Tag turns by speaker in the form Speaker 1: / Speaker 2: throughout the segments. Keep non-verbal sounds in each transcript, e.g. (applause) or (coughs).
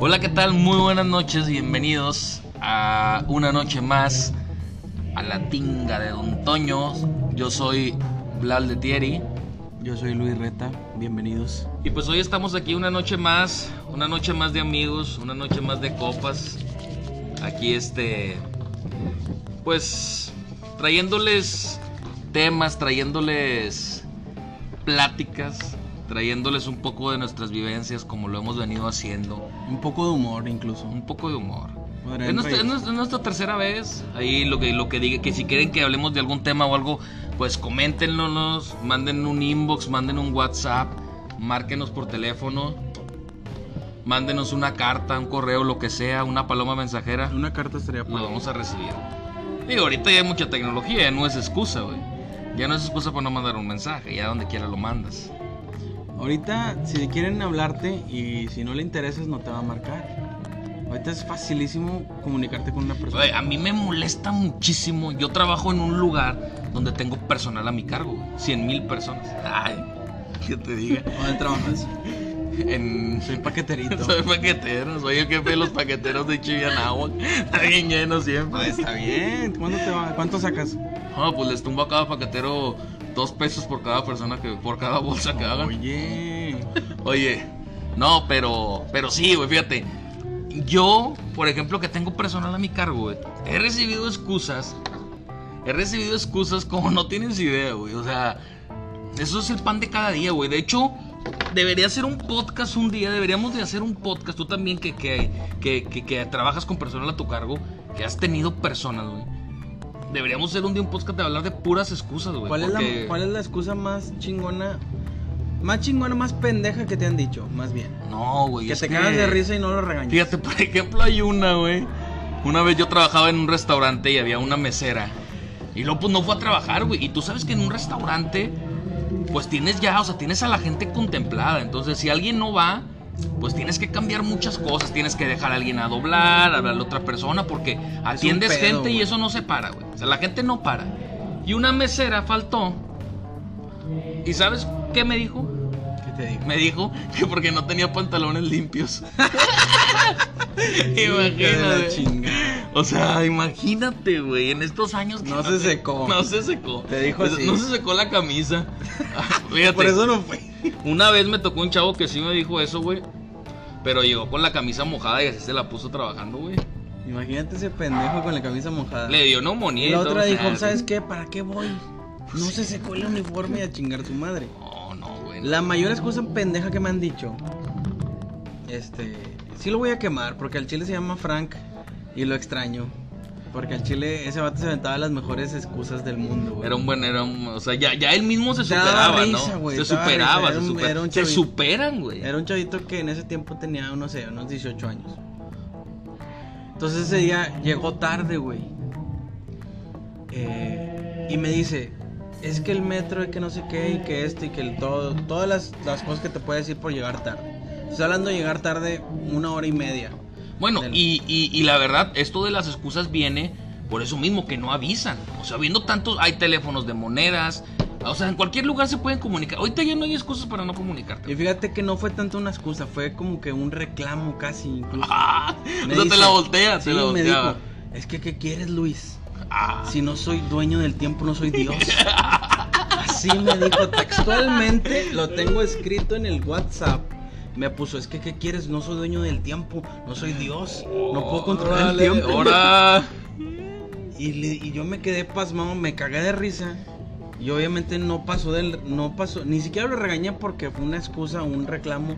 Speaker 1: Hola, ¿qué tal? Muy buenas noches, bienvenidos a una noche más a la tinga de Don Toño. Yo soy Blas de Thierry.
Speaker 2: Yo soy Luis Reta, bienvenidos.
Speaker 1: Y pues hoy estamos aquí una noche más, una noche más de amigos, una noche más de copas. Aquí este, pues trayéndoles temas, trayéndoles pláticas, trayéndoles un poco de nuestras vivencias como lo hemos venido haciendo,
Speaker 2: Un poco de humor incluso.
Speaker 1: un poco de humor.
Speaker 2: Podrían
Speaker 1: Es nuestra,
Speaker 2: reír.
Speaker 1: es nuestra- es nuestra tercera vez. Ahí lo que, lo que diga, que si quieren que hablemos de algún tema o algo, pues coméntenos, manden un inbox, manden un WhatsApp, márquenos por teléfono, mándenos una carta, un correo, lo que sea, una paloma mensajera,
Speaker 2: Una carta estaría
Speaker 1: lo
Speaker 2: padre.
Speaker 1: vamos a recibir. Digo, ahorita ya hay mucha tecnología, ya no es excusa, güey. Ya no es excusa para no mandar un mensaje, ya donde quiera lo mandas.
Speaker 2: Ahorita, si quieren hablarte y si no le interesas, no te va a marcar. Ahorita es facilísimo comunicarte con una persona.
Speaker 1: Güey, a mí me molesta muchísimo. Yo trabajo en un lugar donde tengo personal a mi cargo, 100 mil personas. Ay, que te diga. (laughs)
Speaker 2: ¿Dónde trabajas?
Speaker 1: En...
Speaker 2: Soy paqueterito.
Speaker 1: (laughs) Soy paquetero, soy el jefe de los paqueteros de Chillanahuac. Está bien lleno siempre.
Speaker 2: Pues, Está bien. ¿Cuándo te va? ¿Cuánto sacas?
Speaker 1: Ah, pues les tumbo a cada paquetero dos pesos por cada persona que, por cada bolsa que hagan.
Speaker 2: Oye.
Speaker 1: Oye, no, pero, pero sí, güey, fíjate. Yo, por ejemplo, que tengo personal a mi cargo, güey, he recibido excusas. He recibido excusas como no tienes idea, güey. O sea, eso es el pan de cada día, güey. De hecho, debería hacer un podcast un día. Deberíamos de hacer un podcast. Tú también que, que, que, que, que trabajas con personal a tu cargo, que has tenido personas, güey. Deberíamos hacer un día un podcast de hablar de puras excusas, güey.
Speaker 2: ¿Cuál, es
Speaker 1: porque-
Speaker 2: la, ¿Cuál es la excusa más chingona? Más chingona, más pendeja que te han dicho, más bien.
Speaker 1: No, güey.
Speaker 2: Que
Speaker 1: es
Speaker 2: te cagas de risa y no lo regañas.
Speaker 1: Fíjate, por ejemplo, hay una, güey. Una vez yo trabajaba en un restaurante y había una mesera. Y luego, pues, no fue a trabajar, güey. Y tú sabes que en un restaurante, pues tienes ya, o sea, tienes a la gente contemplada. Entonces, si alguien no va, pues tienes que cambiar muchas cosas. Tienes que dejar a alguien a doblar, hablar a la otra persona, porque atiendes
Speaker 2: pedo,
Speaker 1: gente y
Speaker 2: güey.
Speaker 1: eso no se para, güey. O sea, la gente no para. Y una mesera faltó. ¿Y sabes qué me dijo?
Speaker 2: ¿Qué te digo?
Speaker 1: Me dijo que porque no tenía pantalones
Speaker 2: (laughs)
Speaker 1: limpios.
Speaker 2: Hija de la
Speaker 1: imagínate.
Speaker 2: chingada.
Speaker 1: O sea, imagínate, güey, en estos años que
Speaker 2: No se secó.
Speaker 1: No se secó.
Speaker 2: Te dijo
Speaker 1: O sea,
Speaker 2: así.
Speaker 1: No se secó la
Speaker 2: (laughs)
Speaker 1: camisa. Ah, Fíjate.
Speaker 2: Por eso no fue.
Speaker 1: Una vez me tocó un chavo que sí me dijo eso, güey. Pero llegó con la camisa mojada y así se la puso trabajando, güey.
Speaker 2: Imagínate ese pendejo con la camisa mojada.
Speaker 1: Le dio neumonía. y
Speaker 2: la
Speaker 1: todo,
Speaker 2: otra
Speaker 1: o sea,
Speaker 2: dijo, ¿sabes qué? ¿Para qué voy? No se secó el uniforme y a chingar tu madre.
Speaker 1: No, no, güey.
Speaker 2: La mayor excusa pendeja que me han dicho. Este. Sí lo voy a quemar porque al chile se llama Frank y lo extraño. Porque al chile ese vato se aventaba las mejores excusas del mundo, güey.
Speaker 1: Era un buen, era un- o sea, ya, ya él mismo se
Speaker 2: Daba
Speaker 1: superaba,
Speaker 2: risa,
Speaker 1: ¿no?
Speaker 2: güey,
Speaker 1: se
Speaker 2: daba risa,
Speaker 1: superaba,
Speaker 2: era
Speaker 1: se
Speaker 2: un-
Speaker 1: superaba.
Speaker 2: era un
Speaker 1: se
Speaker 2: chavito.
Speaker 1: superan, güey.
Speaker 2: Era un chavito que en ese tiempo tenía, no sé, unos 18 años. Entonces ese día llegó tarde, güey. Eh, y me dice, es que el metro y que no sé qué y que esto y que el todo, todas las, las cosas que te puede decir por llegar tarde. Estoy hablando de llegar tarde una hora y media.
Speaker 1: Bueno,
Speaker 2: Del-
Speaker 1: y, y- y la verdad, esto de las excusas viene por eso mismo, que no avisan. O sea, viendo tantos, hay teléfonos de monedas. O sea, en cualquier lugar se pueden comunicar. Ahorita ya no hay excusas para no comunicarte.
Speaker 2: Y fíjate que no fue tanto una excusa, fue como que un reclamo casi incluso.
Speaker 1: (laughs) Ah, o
Speaker 2: Me
Speaker 1: sea, te
Speaker 2: dice-
Speaker 1: la voltea,
Speaker 2: Sí,
Speaker 1: te la
Speaker 2: me dijo,
Speaker 1: voltea.
Speaker 2: es que ¿qué quieres, Luis?
Speaker 1: Ah,
Speaker 2: Si no soy dueño del tiempo, no
Speaker 1: (laughs)
Speaker 2: soy Dios. Así me dijo textualmente, lo tengo escrito en el WhatsApp. Me puso, es que ¿qué quieres? No soy dueño del tiempo, no soy Dios, no puedo controlar el
Speaker 1: órale,
Speaker 2: tiempo.
Speaker 1: Ahora.
Speaker 2: (laughs) Y, le- y yo me quedé pasmado, me cagué de risa. Y obviamente no pasó del, no pasó, ni siquiera lo regañé porque fue una excusa, un reclamo.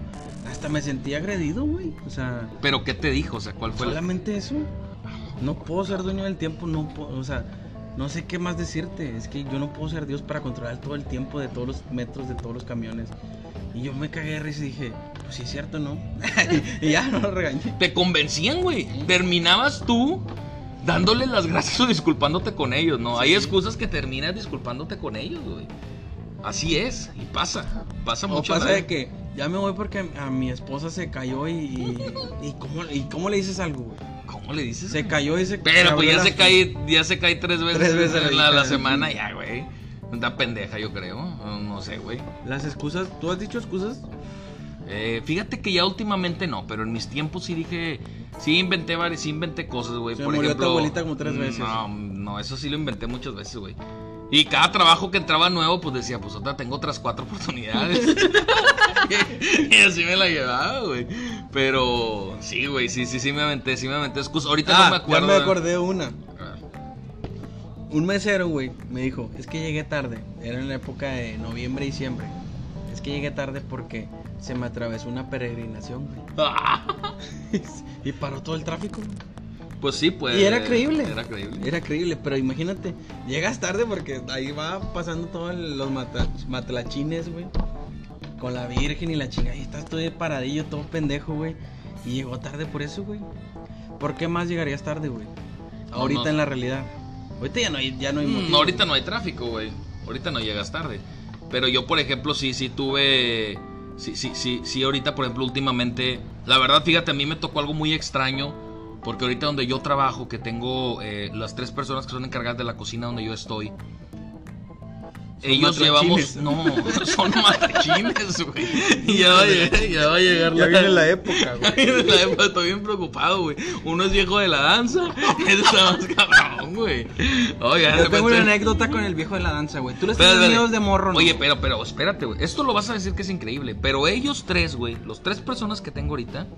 Speaker 2: Hasta me sentí agredido, güey. O sea,
Speaker 1: Pero ¿qué te dijo? O sea, ¿cuál fue la...
Speaker 2: Solamente eso. No puedo ser dueño del tiempo, no puedo, o sea, no sé qué más decirte. Es que yo no puedo ser Dios para controlar todo el tiempo de todos los metros, de todos los camiones. Y yo me cagué de risa y dije, pues sí es cierto, ¿no? (laughs) y ya, no lo regañé.
Speaker 1: (laughs) Te convencían, güey. Terminabas tú dándoles las gracias o disculpándote con ellos, ¿no?
Speaker 2: Sí,
Speaker 1: Hay
Speaker 2: sí.
Speaker 1: excusas que terminas disculpándote con ellos, güey. Así es, y pasa, pasa
Speaker 2: O
Speaker 1: mucho.
Speaker 2: pasa
Speaker 1: ¿verdad?
Speaker 2: de que ya me voy porque a mi esposa se cayó y... ¿Y, y cómo, y cómo le dices algo? güey?
Speaker 1: ¿Cómo le dices?
Speaker 2: Se cayó y se...
Speaker 1: Pero pues
Speaker 2: abrió
Speaker 1: ya
Speaker 2: la-
Speaker 1: se cae, ya se cae tres veces,
Speaker 2: Tres veces
Speaker 1: en
Speaker 2: la
Speaker 1: la, la
Speaker 2: hija de-
Speaker 1: semana, ya, güey. Una pendeja, yo creo. No, no sé, güey.
Speaker 2: Las excusas, ¿tú has dicho excusas?
Speaker 1: Eh, fíjate que ya últimamente no, pero en mis tiempos sí dije, sí inventé varias, sí inventé cosas, güey.
Speaker 2: Se
Speaker 1: Por
Speaker 2: murió tu
Speaker 1: ejemplo,
Speaker 2: abuelita como tres veces.
Speaker 1: No, no, eso sí lo inventé muchas veces, güey. Y cada trabajo que entraba nuevo, pues decía, pues otra, tengo otras cuatro (laughs) oportunidades. y así me la llevaba, güey. Pero sí, güey, sí, sí, sí me aventé, sí me aventé excusas. Ahorita no Ah, me acuerdo.
Speaker 2: Ah, ya me acordé de una.
Speaker 1: Ah,
Speaker 2: Un mesero, güey, me dijo, es que llegué tarde. Era en la época de noviembre y diciembre. Es que llegué tarde porque se me atravesó una peregrinación, güey.
Speaker 1: Ah.
Speaker 2: (laughs) y paró todo el tráfico.
Speaker 1: Pues sí, pues.
Speaker 2: y era creíble.
Speaker 1: Era creíble.
Speaker 2: Era creíble, pero imagínate, llegas tarde porque ahí va pasando todos los mata- matlachines, güey. Con la virgen y la chingada. Y estás todo de paradillo, todo pendejo, güey. Y llegó tarde por eso, güey. ¿Por qué más llegarías tarde, güey? Ahorita
Speaker 1: no.
Speaker 2: en la realidad. Ahorita ya no hay, ya no hay
Speaker 1: Mm,
Speaker 2: motivo,
Speaker 1: ahorita no hay tráfico, güey. Ahorita no llegas tarde. Pero yo, por ejemplo, sí, sí tuve. Sí, sí, sí, sí, ahorita, por ejemplo, últimamente. La verdad, fíjate, a mí me tocó algo muy extraño. Porque ahorita donde yo trabajo, que tengo eh, las tres personas que son encargadas de la cocina donde yo estoy.
Speaker 2: Son
Speaker 1: Ellos llevamos.
Speaker 2: matrachines.
Speaker 1: No, (laughs) son matrachines, güey. (laughs) Ya, va a llegar- ya va a llegar
Speaker 2: Ya
Speaker 1: (laughs)
Speaker 2: viene la época, güey.
Speaker 1: La época, estoy bien preocupado, güey. Uno es viejo de la danza, ese está más cabrón, güey. Oye, de
Speaker 2: Yo tengo
Speaker 1: repente-
Speaker 2: una anécdota con el viejo de la danza, güey. Tú les
Speaker 1: Espérate,
Speaker 2: tienes
Speaker 1: espérate.
Speaker 2: miedos de morro, ¿no?
Speaker 1: Oye, pero, pero, espérate, güey. Esto lo vas a decir que es increíble. Pero ellos tres, güey, los tres personas que tengo ahorita,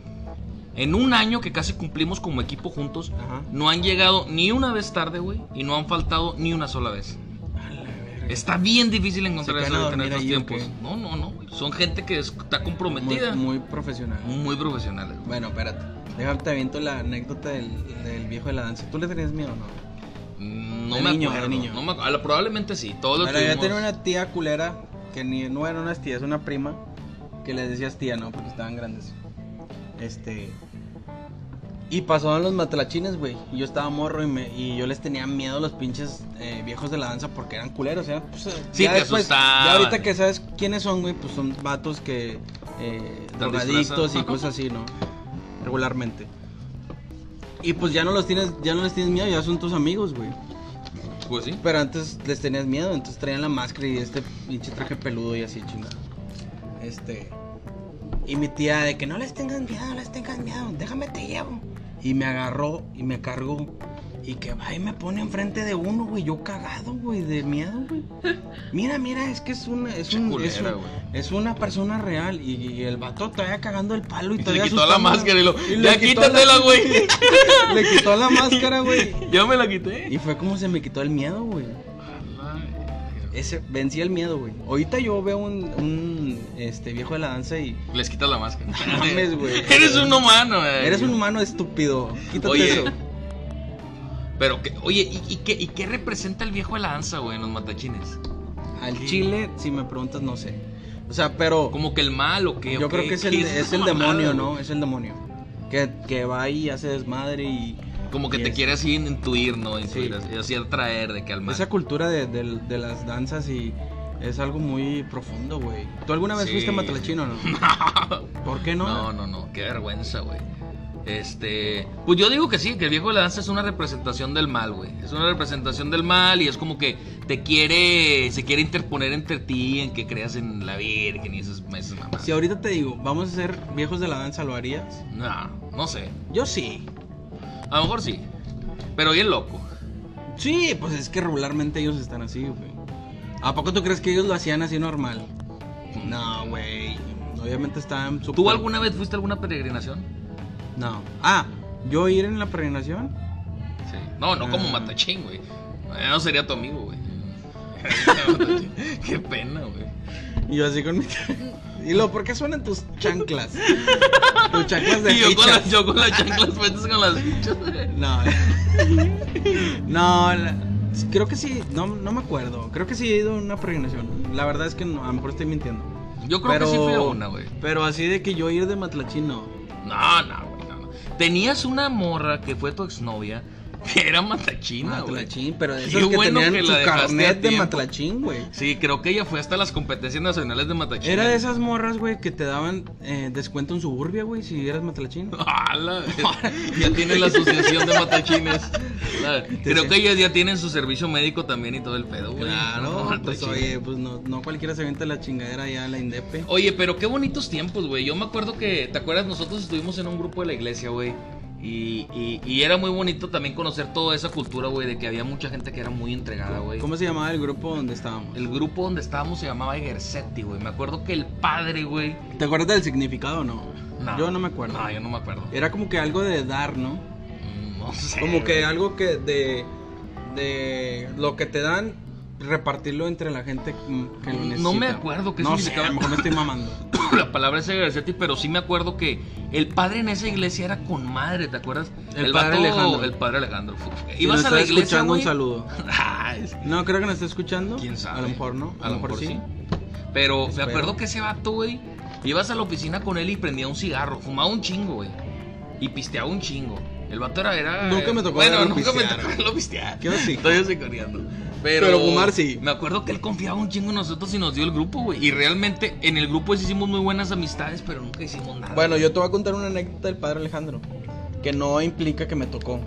Speaker 1: en un año que casi cumplimos como equipo juntos,
Speaker 2: Ajá.
Speaker 1: no han llegado ni una vez tarde, güey, y no han faltado ni una sola vez.
Speaker 2: A la verga.
Speaker 1: Está bien difícil encontrar
Speaker 2: ¿Se
Speaker 1: eso
Speaker 2: quedan a
Speaker 1: ahorita en estos
Speaker 2: dormir ahí o
Speaker 1: tiempos.
Speaker 2: qué?
Speaker 1: No, no, no, güey. Son gente que es- está
Speaker 2: Muy,
Speaker 1: comprometida, muy,
Speaker 2: muy profesional.
Speaker 1: profesionales, güey.
Speaker 2: Bueno, espérate. Déjame te aviento la anécdota del, del viejo de la danza. ¿Tú le tenías miedo o no?
Speaker 1: Mm, No
Speaker 2: De
Speaker 1: me
Speaker 2: niño,
Speaker 1: acuerdo.
Speaker 2: de niño.
Speaker 1: No me acuerdo. Probablemente sí. Todo
Speaker 2: Bueno, yo tenía una tía culera que ni, no era una tía, es una prima que les decías tía, no, porque estaban grandes. Este. Y pasaban los matlachines, güey. Y yo estaba morro y, me, y yo les tenía miedo a los pinches eh, viejos de la danza porque eran culeros. Eran, pues, eh,
Speaker 1: Sí, te asustaban.
Speaker 2: Ya ahorita que sabes quiénes son, güey, pues son vatos que. Eh,
Speaker 1: Están
Speaker 2: drogadictos y
Speaker 1: disfrazados.
Speaker 2: cosas así, ¿no? Regularmente. Y pues ya no los tienes, ya no les tienes miedo, ya son tus amigos, güey.
Speaker 1: Pues sí.
Speaker 2: Pero antes les tenías miedo, entonces traían la máscara y este pinche traje peludo y así chingado. Este. Y mi tía de que no les tengan miedo, no les tengan miedo, déjame te llevo. Y me agarró y me cargó. Y que va y me pone enfrente de uno, güey. Yo cagado, güey, de miedo, güey. Mira, mira, es que es una, es,
Speaker 1: Che
Speaker 2: un-
Speaker 1: culera,
Speaker 2: es, un-
Speaker 1: güey.
Speaker 2: es una persona real. Y, y el vato todavía cagando el palo y,
Speaker 1: Y se
Speaker 2: todavía
Speaker 1: le quitó la
Speaker 2: asustándolo.
Speaker 1: máscara y lo.
Speaker 2: Y le
Speaker 1: ya
Speaker 2: quitó la-
Speaker 1: quítatela,
Speaker 2: (laughs)
Speaker 1: güey.
Speaker 2: Le quitó la máscara,
Speaker 1: (laughs)
Speaker 2: güey.
Speaker 1: Yo me la quité.
Speaker 2: Y fue como se me quitó el miedo, güey. Ese, vencí el miedo, güey. Ahorita yo veo un, un, este, viejo de la danza y.
Speaker 1: Les quitas la máscara.
Speaker 2: No mames, güey.
Speaker 1: (laughs) Eres un humano, eh. güey.
Speaker 2: Eres un humano estúpido. Quítate
Speaker 1: Oye.
Speaker 2: eso.
Speaker 1: Pero, que, oye, ¿y, y qué, y qué representa el viejo de la danza, güey, en los matachines?
Speaker 2: Al chile, si me preguntas, no sé. O sea, pero.
Speaker 1: ¿Como que el mal o qué?
Speaker 2: yo
Speaker 1: o
Speaker 2: creo
Speaker 1: qué?
Speaker 2: que es
Speaker 1: ¿Qué
Speaker 2: el, es
Speaker 1: esa
Speaker 2: el
Speaker 1: mamada,
Speaker 2: demonio,
Speaker 1: güey?
Speaker 2: ¿no? Es el demonio. Que, que va y hace desmadre y.
Speaker 1: Como que
Speaker 2: Y
Speaker 1: te
Speaker 2: es-
Speaker 1: quiere así intuir, ¿no? Intuir,
Speaker 2: Sí.
Speaker 1: así- así atraer de que al mal.
Speaker 2: Esa cultura de, de- de las danzas y. Es algo muy profundo, güey. ¿Tú alguna vez
Speaker 1: Sí.
Speaker 2: fuiste matalachino o no?
Speaker 1: (laughs)
Speaker 2: ¿Por qué no?
Speaker 1: No, no, no, qué vergüenza, güey. Este, pues yo digo que sí, que el viejo de la danza es una representación del mal, güey. Es una representación del mal y es como que te quiere, se quiere interponer entre ti en que creas en la Virgen y esas, esas mamadas.
Speaker 2: Si ahorita te digo, vamos a ser viejos de la danza, ¿lo harías?
Speaker 1: No, no sé.
Speaker 2: Yo sí.
Speaker 1: A lo mejor sí, pero bien loco.
Speaker 2: Sí, pues es que regularmente ellos están así, güey. ¿A poco tú crees que ellos lo hacían así normal? No, güey. Obviamente estaban súper...
Speaker 1: ¿Tú alguna vez fuiste a alguna peregrinación?
Speaker 2: No. Ah, ¿yo ir en la peregrinación?
Speaker 1: Sí. No, no como
Speaker 2: Ah.
Speaker 1: matachín, güey. Eh, No sería tu amigo, güey. qué pena, güey.
Speaker 2: Y yo así con mi... (laughs) y luego, ¿por qué suenan tus chanclas? tus chanclas de
Speaker 1: (laughs) Y yo con,
Speaker 2: fichas.
Speaker 1: las, yo con las chanclas puestas con las fichas, güey.
Speaker 2: No. (laughs) no, la- creo que sí. No, no me acuerdo. Creo que sí he ido a una peregrinación. La verdad es que no, a lo mejor estoy mintiendo.
Speaker 1: Yo creo que sí fui a una, güey.
Speaker 2: Pero así de que yo ir de matlachino.
Speaker 1: No, no, güey, no, no. Tenías una morra que fue tu exnovia (laughs) Era Matachina, güey.
Speaker 2: Matlachín, pero de
Speaker 1: Qué
Speaker 2: esos que
Speaker 1: bueno
Speaker 2: tenían
Speaker 1: que la
Speaker 2: su
Speaker 1: dejaste a
Speaker 2: carnet de
Speaker 1: tiempo.
Speaker 2: Matlachín, güey.
Speaker 1: Sí, creo que ella fue hasta las competencias nacionales de Matachina. (laughs)
Speaker 2: Era de esas morras, güey, que te daban eh, descuento en suburbia, güey, si
Speaker 1: (laughs)
Speaker 2: eras matlachín.
Speaker 1: ¡Hala! ya tiene la asociación de matachines.
Speaker 2: (laughs)
Speaker 1: La- Creo que ellas ya tienen su servicio médico también y todo el pedo, güey. No,
Speaker 2: Claro, pues
Speaker 1: matachines.
Speaker 2: oye, pues no, no cualquiera se avienta la chingadera allá en la Indepe.
Speaker 1: Oye, pero qué bonitos tiempos, güey. Yo me acuerdo que, ¿te acuerdas? Nosotros estuvimos en un grupo de la iglesia, güey. Y, y- y era muy bonito también conocer toda esa cultura, güey, de que había mucha gente que era muy entregada, güey.
Speaker 2: ¿Cómo se llamaba el grupo donde estábamos?
Speaker 1: El grupo donde estábamos se llamaba Egersetti, güey. Me acuerdo que el padre, güey.
Speaker 2: ¿Te acuerdas del significado o no?
Speaker 1: No.
Speaker 2: Yo no me acuerdo.
Speaker 1: No, yo no me acuerdo.
Speaker 2: Era como que algo de dar, ¿no?
Speaker 1: Mm, No sé.
Speaker 2: Como que
Speaker 1: güey.
Speaker 2: algo que de, de lo que te dan, repartirlo entre la gente que lo
Speaker 1: No
Speaker 2: necesita.
Speaker 1: me acuerdo qué
Speaker 2: No sé,
Speaker 1: significaba.
Speaker 2: a lo mejor me
Speaker 1: (laughs)
Speaker 2: estoy mamando.
Speaker 1: (coughs) la palabra es Egersetti, pero sí me acuerdo que el padre en esa iglesia era con madre, ¿te acuerdas?
Speaker 2: El padre Alejandro.
Speaker 1: El padre Alejandro. Fu-
Speaker 2: Si
Speaker 1: Ibas
Speaker 2: nos
Speaker 1: a la
Speaker 2: está
Speaker 1: iglesia,
Speaker 2: escuchando
Speaker 1: güey.
Speaker 2: un saludo.
Speaker 1: (laughs) Ay,
Speaker 2: No, creo que nos está escuchando.
Speaker 1: ¿Quién sabe?
Speaker 2: A lo mejor no.
Speaker 1: A lo mejor sí. Pero
Speaker 2: Espero.
Speaker 1: me acuerdo que ese vato, güey, ibas a la oficina con él y prendía un cigarro, fumaba un chingo, güey. Y pisteaba un chingo. El vato era. era
Speaker 2: Nunca me tocó
Speaker 1: Bueno,
Speaker 2: verlo
Speaker 1: nunca
Speaker 2: pistear.
Speaker 1: me tocó lo pistear.
Speaker 2: Qué hocico.
Speaker 1: Todavía estoy coreando. Pero,
Speaker 2: Pero fumar sí.
Speaker 1: Me acuerdo que él confiaba un chingo en nosotros y nos dio el grupo, güey. Y realmente en el grupo sí hicimos muy buenas amistades, pero nunca hicimos nada.
Speaker 2: Bueno, yo te voy a contar una anécdota del padre Alejandro. Que no implica que me tocó.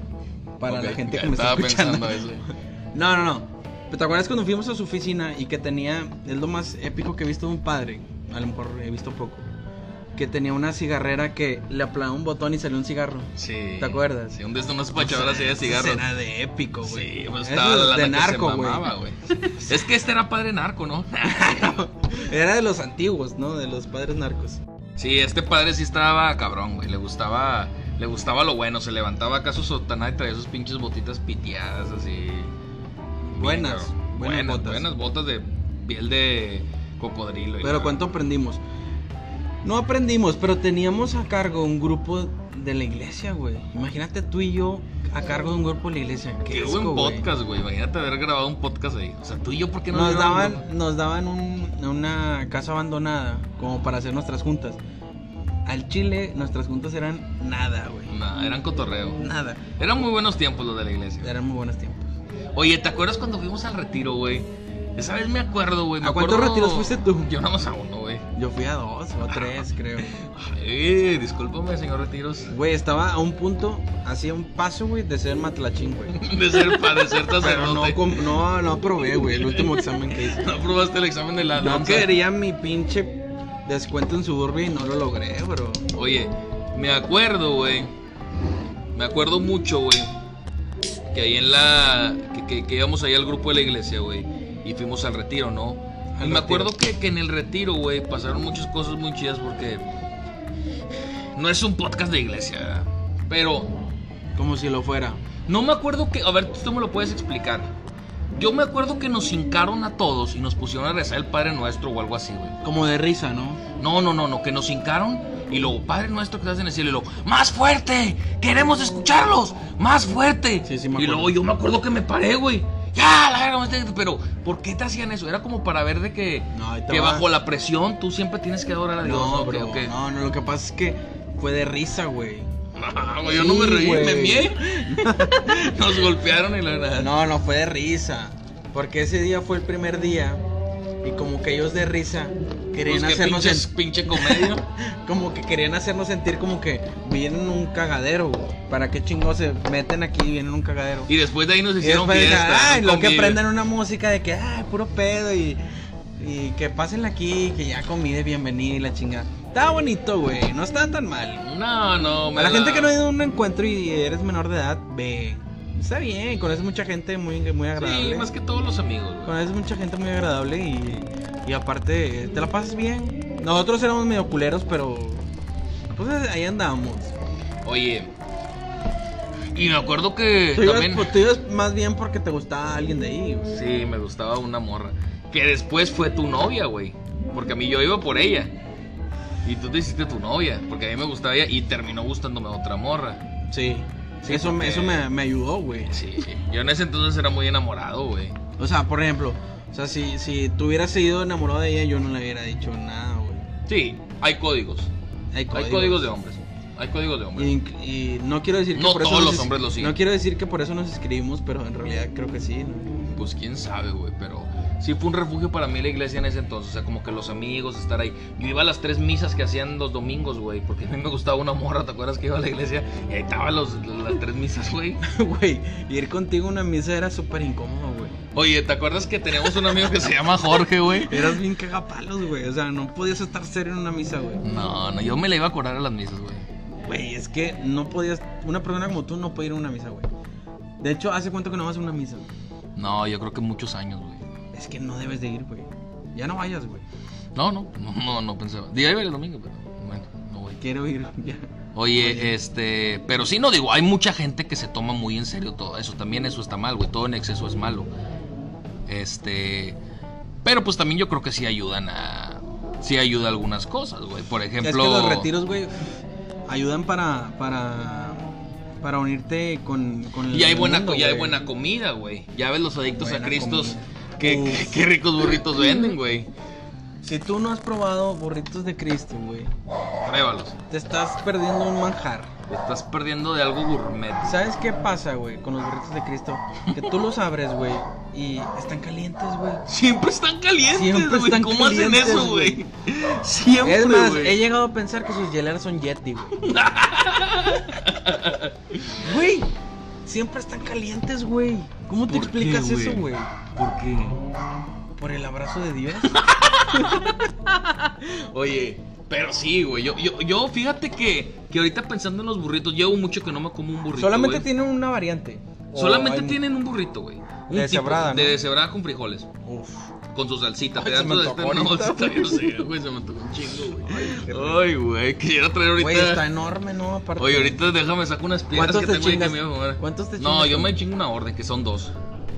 Speaker 2: Para
Speaker 1: Ok,
Speaker 2: la gente que
Speaker 1: ya
Speaker 2: me está
Speaker 1: estaba
Speaker 2: escuchando.
Speaker 1: pensando eso.
Speaker 2: (laughs) No, no, no. Pero ¿Te acuerdas cuando fuimos a su oficina y que tenía, es lo más épico que he visto de un padre, a lo mejor he visto poco, que tenía una cigarrera que le aplanaba un botón y salió un cigarro.
Speaker 1: Sí.
Speaker 2: ¿Te acuerdas?
Speaker 1: Sí, un de estos unas pachadoras así de cigarros.
Speaker 2: Era de épico, güey.
Speaker 1: Sí, pues
Speaker 2: Eso
Speaker 1: estaba la lana
Speaker 2: es de
Speaker 1: que se
Speaker 2: narco, güey.
Speaker 1: mamaba, güey. (laughs) Es que este era padre narco, ¿no? (laughs)
Speaker 2: Era de los antiguos, ¿no? De los padres narcos.
Speaker 1: Sí, este padre sí estaba cabrón, güey. Le gustaba, le gustaba lo bueno. Se levantaba acá su sotana y traía sus pinches botitas piteadas así. Bien,
Speaker 2: Buenas,
Speaker 1: cabrón.
Speaker 2: buenas botas.
Speaker 1: Buenas botas de piel de cocodrilo. y
Speaker 2: Pero
Speaker 1: la-
Speaker 2: ¿cuánto aprendimos? No aprendimos, pero teníamos a cargo un grupo de la iglesia, güey. Imagínate tú y yo a cargo de un grupo de la iglesia. Qué,
Speaker 1: Qué
Speaker 2: asco,
Speaker 1: buen
Speaker 2: güey.
Speaker 1: podcast, güey. Imagínate haber grabado un podcast ahí. O sea, tú y yo, ¿por qué no
Speaker 2: Nos
Speaker 1: grabamos?
Speaker 2: daban, nos daban un- una casa abandonada como para hacer nuestras juntas. Al Chile nuestras juntas eran nada, güey.
Speaker 1: Nah, eran cotorreo.
Speaker 2: Nada.
Speaker 1: Eran muy buenos tiempos los de la iglesia. güey.
Speaker 2: Eran muy buenos tiempos.
Speaker 1: Oye, ¿te acuerdas cuando fuimos al retiro, güey? Esa vez me acuerdo, güey. me
Speaker 2: ¿A cuántos
Speaker 1: acuerdo-
Speaker 2: retiros fuiste tú?
Speaker 1: Yo Ah. nada más a uno, güey.
Speaker 2: Yo fui a dos o a tres, creo.
Speaker 1: Ay, discúlpame, señor Retiros.
Speaker 2: Güey, estaba a un punto, hacía un paso, güey, de ser
Speaker 1: (laughs)
Speaker 2: matlachín, güey.
Speaker 1: De ser padre, ser
Speaker 2: Pero no,
Speaker 1: sacerdote.
Speaker 2: com- no, no probé, güey, el último examen que hice.
Speaker 1: No aprobaste el examen de (laughs) la
Speaker 2: No
Speaker 1: lanza.
Speaker 2: quería mi pinche descuento en suburbia y no lo logré, bro.
Speaker 1: Oye, me acuerdo, güey. Me acuerdo mucho, güey. Que ahí en la. Que, que- que íbamos ahí al grupo de la iglesia, güey. Y fuimos al retiro, ¿no?
Speaker 2: Al
Speaker 1: y me
Speaker 2: retiro.
Speaker 1: acuerdo que, que en el retiro, güey, pasaron muchas cosas muy chidas porque. No es un podcast de iglesia, ¿verdad? Pero
Speaker 2: Como si lo fuera.
Speaker 1: No me acuerdo que. A ver, tú me lo puedes explicar. Yo me acuerdo que nos hincaron a todos y nos pusieron a rezar el Padre Nuestro o algo así, güey.
Speaker 2: Como de risa, ¿no?
Speaker 1: No, no, no, no, que nos hincaron y luego, Padre Nuestro, que estás en el cielo, y luego, ¡más fuerte! ¡Queremos escucharlos! ¡Más fuerte!
Speaker 2: Sí, sí
Speaker 1: y
Speaker 2: me acuerdo.
Speaker 1: luego yo me acuerdo que me paré, güey. ¡Ya! La verga, vete! Pero, ¿por qué te hacían eso? Era como para ver de que,
Speaker 2: No, ahí te
Speaker 1: que
Speaker 2: va.
Speaker 1: bajo la presión tú siempre tienes que adorar a Dios.
Speaker 2: No,
Speaker 1: ¿no?
Speaker 2: bro,
Speaker 1: ¿Qué- qué? (laughs)
Speaker 2: no, no, lo que pasa es que fue de risa, güey.
Speaker 1: No, "Ah, güey, yo no me
Speaker 2: Sí,
Speaker 1: reí, me
Speaker 2: güey.
Speaker 1: mié.
Speaker 2: (laughs)
Speaker 1: (laughs) nos golpearon y la verdad.
Speaker 2: No, no, fue de risa. Porque ese día fue el primer día y como que ellos de risa querían
Speaker 1: Pues, ¿qué
Speaker 2: hacernos
Speaker 1: pinches-
Speaker 2: sen-
Speaker 1: pinche comedia.
Speaker 2: como que querían hacernos sentir como que vienen un cagadero, güey. ¿Para qué chingados se meten aquí y vienen un cagadero?
Speaker 1: (laughs) Y después de ahí nos
Speaker 2: Y
Speaker 1: hicieron
Speaker 2: después digan,
Speaker 1: fiesta.
Speaker 2: "Ay, lo que
Speaker 1: comida".
Speaker 2: aprendan una música de que, ay, puro pedo y, y que pásenla aquí, que ya comí de bienvenida y la chingada. Estaba bonito, güey, no estaba tan mal.
Speaker 1: No, no, me
Speaker 2: A la gente que no ha ido a un encuentro y eres menor de edad, ve. Está bien, conoces mucha gente muy, muy agradable.
Speaker 1: Sí, más que todos los amigos. güey.
Speaker 2: Conoces mucha gente muy agradable y, y aparte te la pasas bien. Nosotros éramos medio culeros, pero pues ahí andábamos.
Speaker 1: Oye. Y me acuerdo que
Speaker 2: Tú ibas,
Speaker 1: también.
Speaker 2: pues, tú ibas más bien porque te gustaba alguien de ahí. güey.
Speaker 1: Sí, me gustaba una morra. Que después fue tu novia, güey. Porque a mí yo iba por ella. Y tú te hiciste tu novia. Porque a mí me gustaba ella y terminó gustándome otra morra.
Speaker 2: Sí.
Speaker 1: Sí,
Speaker 2: eso, me,
Speaker 1: porque-
Speaker 2: eso me, me ayudó, güey.
Speaker 1: Sí. Yo en ese entonces era muy enamorado, güey.
Speaker 2: O sea, por ejemplo, o sea, si, si tú hubieras sido enamorado de ella, yo no le hubiera dicho nada, güey.
Speaker 1: Sí, hay códigos. Hay códigos de hombres. Hay códigos de hombre.
Speaker 2: Y, y no quiero decir que
Speaker 1: No
Speaker 2: por eso
Speaker 1: todos
Speaker 2: nos
Speaker 1: los
Speaker 2: es-
Speaker 1: hombres lo siguen.
Speaker 2: No quiero decir que por eso nos escribimos, pero en realidad creo que sí. ¿no? (laughs)
Speaker 1: Pues quién sabe, güey, pero sí fue un refugio para mí la iglesia en ese entonces, o sea, como que los amigos, estar ahí. Yo iba a las tres misas que hacían los domingos, güey, porque a mí me gustaba una morra, ¿te acuerdas que iba a la iglesia? Y ahí estaban los, las tres misas, güey.
Speaker 2: Güey, ir contigo a una misa era súper incómodo, güey.
Speaker 1: Oye, ¿te acuerdas que teníamos un amigo que se llama Jorge, güey?
Speaker 2: Eras bien cagapalos, güey. O sea, no podías estar serio en una misa, güey.
Speaker 1: No, no, yo me la iba a acordar a las misas, güey.
Speaker 2: Güey, es que no podías. Una persona como tú no puede ir a una misa, güey. De hecho, ¿hace cuánto que no vas a una misa?
Speaker 1: No, yo creo que muchos años, güey.
Speaker 2: Es que no debes de ir, güey. Ya no vayas, güey.
Speaker 1: No, no, no, no, no pensaba. Día iba el domingo, pero bueno, no voy.
Speaker 2: Quiero ir, (laughs) ya.
Speaker 1: Oye, este, pero sí no digo, hay mucha gente que se toma muy en serio todo eso, también eso está mal, güey, todo en exceso es malo. Este, pero pues también yo creo que sí ayudan a sí ayuda a algunas cosas, güey. Por ejemplo,
Speaker 2: Es que los retiros, güey, ayudan para. para. para unirte con. con el
Speaker 1: y hay buena
Speaker 2: mundo,
Speaker 1: co- y hay
Speaker 2: güey.
Speaker 1: buena comida, güey. Ya ves los adictos
Speaker 2: Buena
Speaker 1: a Cristos
Speaker 2: comida.
Speaker 1: que, que-
Speaker 2: Uf.
Speaker 1: qué ricos burritos venden, güey.
Speaker 2: Si tú no has probado burritos de Cristo, güey,
Speaker 1: Pruébalos.
Speaker 2: te estás perdiendo un manjar.
Speaker 1: Te estás perdiendo de algo gourmet.
Speaker 2: ¿Sabes qué pasa, güey, con los burritos de Cristo? Que tú los abres, güey, y están calientes, güey.
Speaker 1: Siempre están calientes,
Speaker 2: Siempre
Speaker 1: güey.
Speaker 2: están
Speaker 1: ¿Cómo
Speaker 2: calientes,
Speaker 1: hacen eso, güey?
Speaker 2: güey?
Speaker 1: Siempre,
Speaker 2: Es más,
Speaker 1: güey.
Speaker 2: he llegado a pensar que sus hieleras son
Speaker 1: (laughs)
Speaker 2: Yeti, güey. Güey, siempre están calientes, güey. ¿Cómo te
Speaker 1: ¿Por qué,
Speaker 2: explicas
Speaker 1: güey?
Speaker 2: eso, güey?
Speaker 1: ¿Por qué?
Speaker 2: ¿Por el abrazo
Speaker 1: (laughs)
Speaker 2: de Dios?
Speaker 1: Oye, pero sí, güey. Yo, yo, yo fíjate que, que ahorita pensando en los burritos, llevo mucho que no me como un burrito.
Speaker 2: Solamente
Speaker 1: güey.
Speaker 2: tienen una variante. O
Speaker 1: Solamente
Speaker 2: hay-
Speaker 1: tienen un burrito, güey. Un
Speaker 2: De deshebrada,
Speaker 1: tipo,
Speaker 2: ¿no?
Speaker 1: De deshebrada con frijoles.
Speaker 2: Uf.
Speaker 1: Con su salsita.
Speaker 2: Ay,
Speaker 1: pedazo
Speaker 2: se me
Speaker 1: de
Speaker 2: antojó
Speaker 1: este- no,
Speaker 2: ahorita,
Speaker 1: está
Speaker 2: güey.
Speaker 1: bien, sí, güey, se me antojó un chingo,
Speaker 2: qué rico.
Speaker 1: güey. Ay, güey. Quisiera traer ahorita.
Speaker 2: Güey, está enorme, ¿no? Aparte.
Speaker 1: Oye, ahorita déjame sacar unas piedras
Speaker 2: ¿Cuántos
Speaker 1: que
Speaker 2: te
Speaker 1: tengo ahí que
Speaker 2: chingas?
Speaker 1: me iba a comer.
Speaker 2: ¿Cuántos te
Speaker 1: No,
Speaker 2: chingas?
Speaker 1: yo me chingo una orden, que son dos.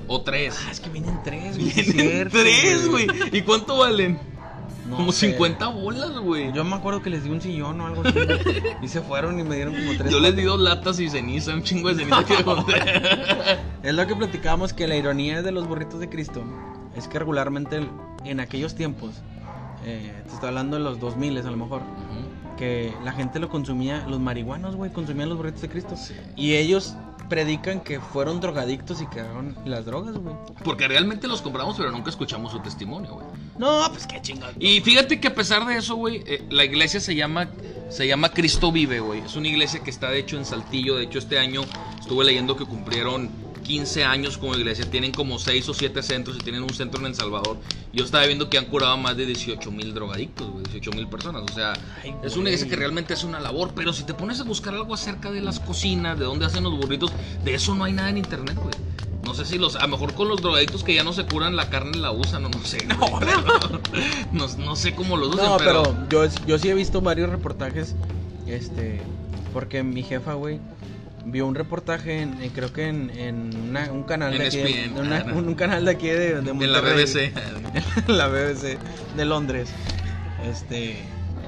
Speaker 1: O tres.
Speaker 2: Ah, es que vienen tres, güey.
Speaker 1: Vienen
Speaker 2: cierto,
Speaker 1: (laughs) tres, güey. ¿Y cuánto valen?
Speaker 2: No
Speaker 1: Como
Speaker 2: sé.
Speaker 1: 50 bolas, güey.
Speaker 2: Yo me acuerdo que les di un sillón o algo así. y se fueron y me dieron como tres.
Speaker 1: Yo les di dos latas y ceniza, un chingo de ceniza que encontré.
Speaker 2: Es lo que platicábamos que la ironía de los burritos de Cristo es que regularmente el- en aquellos tiempos, eh, te estoy hablando de los 2000 a lo mejor, que la gente lo consumía, los marihuanos, güey, consumían los burritos de Cristo. Y ellos predican que fueron drogadictos y quedaron las drogas, güey.
Speaker 1: Porque realmente los compramos, pero nunca escuchamos su testimonio, güey.
Speaker 2: No, pues qué chingado.
Speaker 1: Y fíjate que a pesar de eso, güey, eh, la iglesia se llama, se llama Cristo Vive, güey. Es una iglesia que está, de hecho, en Saltillo. De hecho, este año estuve leyendo que cumplieron 15 años como iglesia. Tienen como 6 o 7 centros y tienen un centro en El Salvador. Yo estaba viendo que han curado a más de 18 mil drogadictos, güey. 18 mil personas. O sea,
Speaker 2: Ay,
Speaker 1: es una
Speaker 2: güey.
Speaker 1: iglesia que realmente hace una labor. Pero si te pones a buscar algo acerca de las cocinas, de dónde hacen los burritos, de eso no hay nada en internet, güey. No sé si los, a lo mejor con los drogadictos que ya no se curan la carne la usan, no, no
Speaker 2: (laughs)
Speaker 1: sé. güey, pero- (laughs) no, no sé cómo los usan,
Speaker 2: No,
Speaker 1: pero,
Speaker 2: pero yo, yo sí he visto varios reportajes, este, porque mi jefa, güey, vio un reportaje, en, en- creo que en, en una- un canal
Speaker 1: En
Speaker 2: de aquí, de-
Speaker 1: ESPN.
Speaker 2: de una- un, un canal de aquí de, de
Speaker 1: en la
Speaker 2: Monterrey,
Speaker 1: BBC.
Speaker 2: en (laughs) la BBC de Londres, este,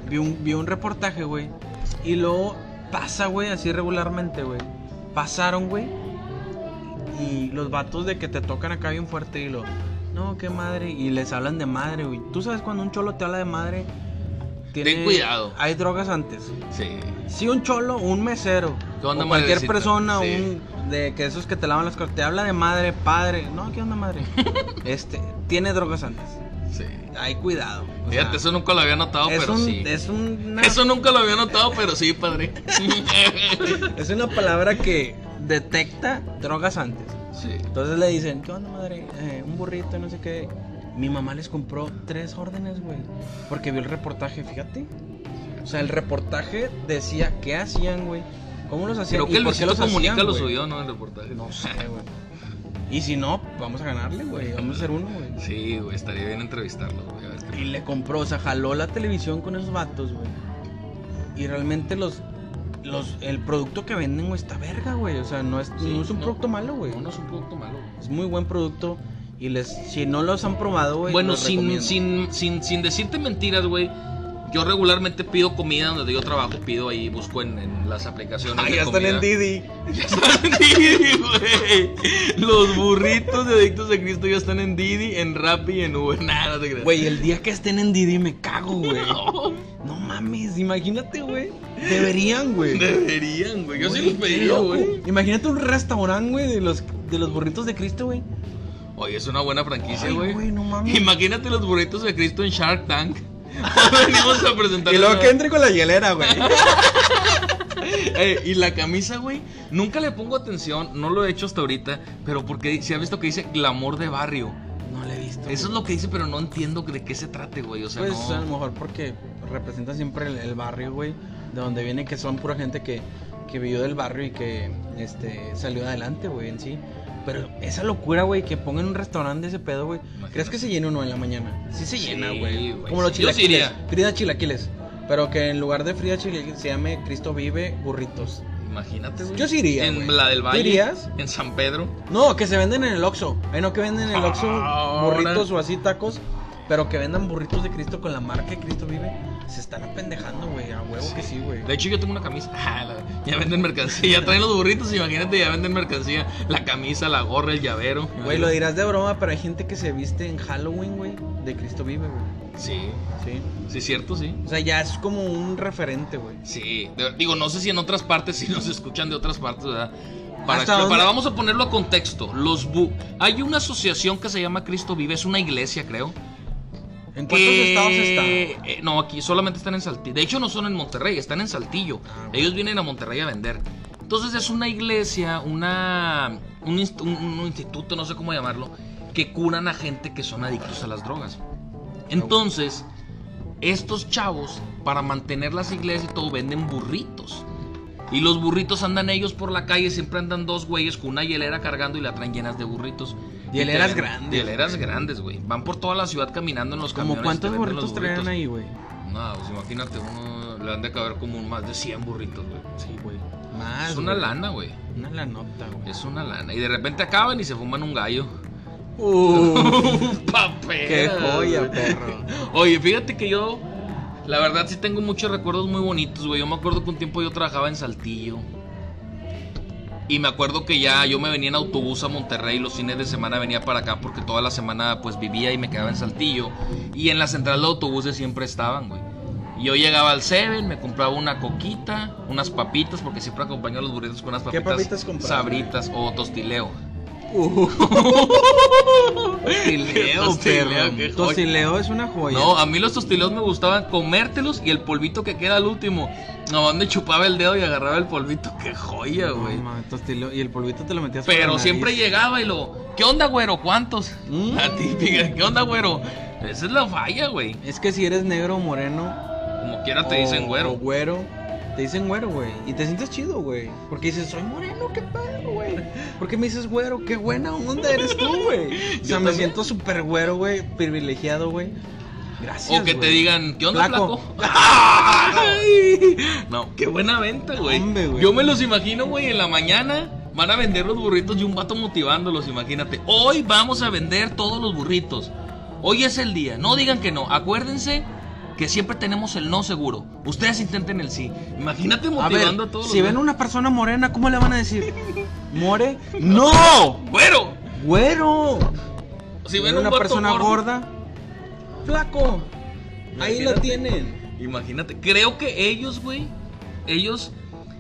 Speaker 2: vio un, vio un reportaje, güey, y luego pasa, güey, así regularmente, güey, pasaron, güey, y los vatos de que te tocan acá bien fuerte y lo, no, qué madre, y les hablan de madre, güey. Tú sabes cuando un cholo te habla de madre,
Speaker 1: Ten cuidado.
Speaker 2: Hay drogas antes.
Speaker 1: Sí.
Speaker 2: Si un cholo, un mesero,
Speaker 1: ¿Qué onda,
Speaker 2: o cualquier
Speaker 1: madrecita?
Speaker 2: persona,
Speaker 1: Sí.
Speaker 2: un de que esos que te lavan las cosas, te habla de madre, padre, no, qué
Speaker 1: (laughs)
Speaker 2: onda madre, este, tiene drogas antes.
Speaker 1: Sí.
Speaker 2: Hay cuidado. o sea,
Speaker 1: Fíjate, eso nunca lo había notado,
Speaker 2: es
Speaker 1: pero
Speaker 2: un-
Speaker 1: sí.
Speaker 2: es una-
Speaker 1: Eso nunca lo había notado, pero sí, padre. (laughs)
Speaker 2: es una palabra que detecta drogas antes.
Speaker 1: sí.
Speaker 2: Entonces le dicen, ¿qué onda, madre? Eh, un burrito, no sé qué. Mi mamá les compró tres órdenes, güey. Porque vio el reportaje, fíjate. O sea, el reportaje decía qué hacían, güey. ¿Cómo los hacían?
Speaker 1: Creo
Speaker 2: y
Speaker 1: que
Speaker 2: por qué
Speaker 1: Luisito
Speaker 2: los hacían,
Speaker 1: Comunica lo
Speaker 2: güey.
Speaker 1: subió, ¿no? El reportaje.
Speaker 2: No sé, güey. Y si no, vamos a ganarle, güey. Vamos a hacer uno, güey.
Speaker 1: Sí, güey, estaría bien entrevistarlo, güey. a ver qué-
Speaker 2: Y le compró, o sea, jaló la televisión con esos vatos, güey. Y realmente los, los, el producto que venden, güey, está verga, güey. O sea, no es,
Speaker 1: Sí,
Speaker 2: no es un
Speaker 1: no.
Speaker 2: producto malo, güey.
Speaker 1: No, no es un producto malo, güey.
Speaker 2: Es muy buen producto. Y les, si no los han probado, güey.
Speaker 1: Bueno,
Speaker 2: los
Speaker 1: sin,
Speaker 2: recomiendo.
Speaker 1: sin, sin, sin decirte mentiras, güey. Yo regularmente pido comida donde yo trabajo, pido ahí, busco en, en las aplicaciones.
Speaker 2: Ay,
Speaker 1: de
Speaker 2: Ah, ya están
Speaker 1: comida.
Speaker 2: en Didi.
Speaker 1: (laughs) Ya están en Didi, güey. Los burritos de Adictos de Cristo ya están en Didi, en Rappi y en Uber. Nada, no te creas.
Speaker 2: Güey, el día que estén en Didi me cago, güey.
Speaker 1: (laughs) No.
Speaker 2: No, No mames, imagínate, güey. Deberían, güey.
Speaker 1: Deberían, güey. Yo sí
Speaker 2: Güey,
Speaker 1: los
Speaker 2: qué
Speaker 1: pedí,
Speaker 2: loco.
Speaker 1: güey.
Speaker 2: Imagínate un restaurante, güey, de los, de los burritos de Cristo, güey.
Speaker 1: Oye, es una buena franquicia,
Speaker 2: Ay, güey,
Speaker 1: güey.
Speaker 2: no mames.
Speaker 1: Imagínate los burritos de Cristo en Shark Tank. (laughs) Venimos a presentar.
Speaker 2: Y luego
Speaker 1: esa-
Speaker 2: que entre con la hielera, güey.
Speaker 1: Eh, y la camisa, güey, nunca le pongo atención, no lo he hecho hasta ahorita, pero porque se ha visto que dice glamour de barrio.
Speaker 2: No la he visto.
Speaker 1: Eso es lo que dice, pero no entiendo de qué se trate, güey. O sea,
Speaker 2: Pues
Speaker 1: no.
Speaker 2: a lo mejor porque representa siempre el, el barrio, güey, de donde viene, que son pura gente que, que vivió del barrio y que este, salió adelante, güey, en sí. Pero esa locura, güey, que pongan un restaurante de ese pedo, güey. ¿Crees
Speaker 1: Imagínate.
Speaker 2: que se llena uno en la mañana? Sí se
Speaker 1: Sí,
Speaker 2: llena, güey.
Speaker 1: güey,
Speaker 2: Como los
Speaker 1: sí. Yo sí
Speaker 2: chilaquiles.
Speaker 1: iría.
Speaker 2: Frida Chilaquiles. Pero que en lugar de Frida Chilaquiles se llame Cristo Vive Burritos.
Speaker 1: Imagínate, güey.
Speaker 2: Yo sí iría,
Speaker 1: En
Speaker 2: güey.
Speaker 1: la del
Speaker 2: ¿Tú
Speaker 1: Valle.
Speaker 2: irías?
Speaker 1: En San Pedro.
Speaker 2: No, que se venden en el Oxxo. Ay, no, que venden en el Oxxo
Speaker 1: Ahora.
Speaker 2: burritos o así tacos. Pero que vendan burritos de Cristo con la marca de Cristo vive. Se están apendejando, güey. A huevo que sí, güey.
Speaker 1: De hecho, yo tengo una camisa. (laughs) Ah, la- Ya venden mercancía. Ya traen los burritos, imagínate, ya venden mercancía. La camisa, la gorra, el llavero.
Speaker 2: Güey, lo dirás de broma, pero hay gente que se viste en Halloween, güey. De Cristo vive, güey.
Speaker 1: Sí,
Speaker 2: Sí.
Speaker 1: sí, cierto, sí.
Speaker 2: O sea, ya es como un referente, güey.
Speaker 1: Sí, de- digo, no sé si en otras partes, si nos escuchan de otras partes, ¿verdad? Para,
Speaker 2: ¿Hasta
Speaker 1: expl- para-
Speaker 2: dónde?
Speaker 1: vamos a ponerlo a contexto. Los bu hay una asociación que se llama Cristo Vive, es una iglesia, creo.
Speaker 2: ¿En cuántos
Speaker 1: que-
Speaker 2: estados está?
Speaker 1: eh, no, aquí solamente están en Saltillo. De hecho, no son en Monterrey, están en Saltillo.
Speaker 2: Ah, bueno.
Speaker 1: Ellos vienen a Monterrey a vender. Entonces es una iglesia, una un, inst- un- un instituto, no sé cómo llamarlo, que curan a gente que son adictos a las drogas. Entonces, estos chavos, para mantener las iglesias y todo, venden burritos. Y los burritos andan ellos por la calle, siempre andan dos güeyes con una hielera cargando y la traen llenas de burritos. Y
Speaker 2: Hieleras
Speaker 1: te ven-
Speaker 2: grandes,
Speaker 1: Hieleras grandes, güey. Van por toda la ciudad caminando en los
Speaker 2: ¿Como
Speaker 1: camiones.
Speaker 2: cuántos
Speaker 1: te venden
Speaker 2: burritos
Speaker 1: los
Speaker 2: traían ahí, güey?
Speaker 1: No, pues imagínate, uno le han de caber como un- más de 100 burritos, güey.
Speaker 2: Sí, güey. Más.
Speaker 1: es una
Speaker 2: güey.
Speaker 1: lana, güey.
Speaker 2: Una lanota, güey.
Speaker 1: Es una lana. Y de repente acaban y se fuman un gallo.
Speaker 2: (laughs) Uh,
Speaker 1: Papel.
Speaker 2: (laughs) ¡Qué joya, perro!
Speaker 1: Oye, fíjate que yo, la verdad sí tengo muchos recuerdos muy bonitos, güey. Yo me acuerdo que un tiempo yo trabajaba en Saltillo. Y me acuerdo que ya yo me venía en autobús a Monterrey, los fines de semana venía para acá porque toda la semana pues vivía y me quedaba en Saltillo. Y en la central de autobuses siempre estaban, güey. Y Yo llegaba al Seven, me compraba una coquita, unas papitas, porque siempre acompaño a los burritos con unas
Speaker 2: ¿Qué
Speaker 1: papitas,
Speaker 2: papitas comprabas?
Speaker 1: sabritas o tostileo.
Speaker 2: Uh.
Speaker 1: Tostileo,
Speaker 2: Tostileo, (laughs)
Speaker 1: perro.
Speaker 2: perro. Tostileo es una joya.
Speaker 1: No, a mí los tostileos me gustaban comértelos y el polvito que queda al último. Nomás me chupaba el dedo y agarraba el polvito. Qué joya, güey.
Speaker 2: No, ma, tostileo. Y el polvito te lo metías por la
Speaker 1: Pero
Speaker 2: nariz.
Speaker 1: siempre llegaba y lo. ¿Qué onda, güero? ¿Cuántos? (laughs)
Speaker 2: Mm.
Speaker 1: La típica. ¿Qué onda, güero? Esa es la falla, güey.
Speaker 2: Es que si eres negro o moreno.
Speaker 1: Como quiera te
Speaker 2: o-
Speaker 1: dicen
Speaker 2: o
Speaker 1: güero.
Speaker 2: güero. Te dicen güero, güey. Y te sientes chido, güey. Porque dices, soy moreno, qué pedo, güey. ¿Por qué me dices güero? Qué buena onda eres tú, güey.
Speaker 1: (laughs) Yo
Speaker 2: O sea, me
Speaker 1: también.
Speaker 2: siento súper güero, güey. Privilegiado, güey. Gracias.
Speaker 1: O que te
Speaker 2: güey.
Speaker 1: digan, ¿qué onda,
Speaker 2: Flaco.
Speaker 1: flaco? (laughs) Ay, No, qué buena venta, güey.
Speaker 2: Hombre, güey.
Speaker 1: Yo me los imagino, güey, en la mañana van a vender los burritos y un vato motivándolos, imagínate. Hoy vamos a vender todos los burritos. Hoy es el día, no digan que no. Acuérdense que siempre tenemos el no seguro. Ustedes intenten el sí. Imagínate
Speaker 2: (laughs) A ver,
Speaker 1: motivando a, todos
Speaker 2: si
Speaker 1: los
Speaker 2: ven
Speaker 1: güeyes.
Speaker 2: una persona morena, ¿cómo le van a
Speaker 1: (laughs)
Speaker 2: decir? ¿More? ¡No!
Speaker 1: ¡Güero!
Speaker 2: ¡Güero!
Speaker 1: Si ven
Speaker 2: Era
Speaker 1: un
Speaker 2: una
Speaker 1: vato
Speaker 2: persona
Speaker 1: gordo-
Speaker 2: gorda, flaco. Ahí lo
Speaker 1: Imagínate.
Speaker 2: tienen.
Speaker 1: Imagínate, creo que ellos, güey, ellos,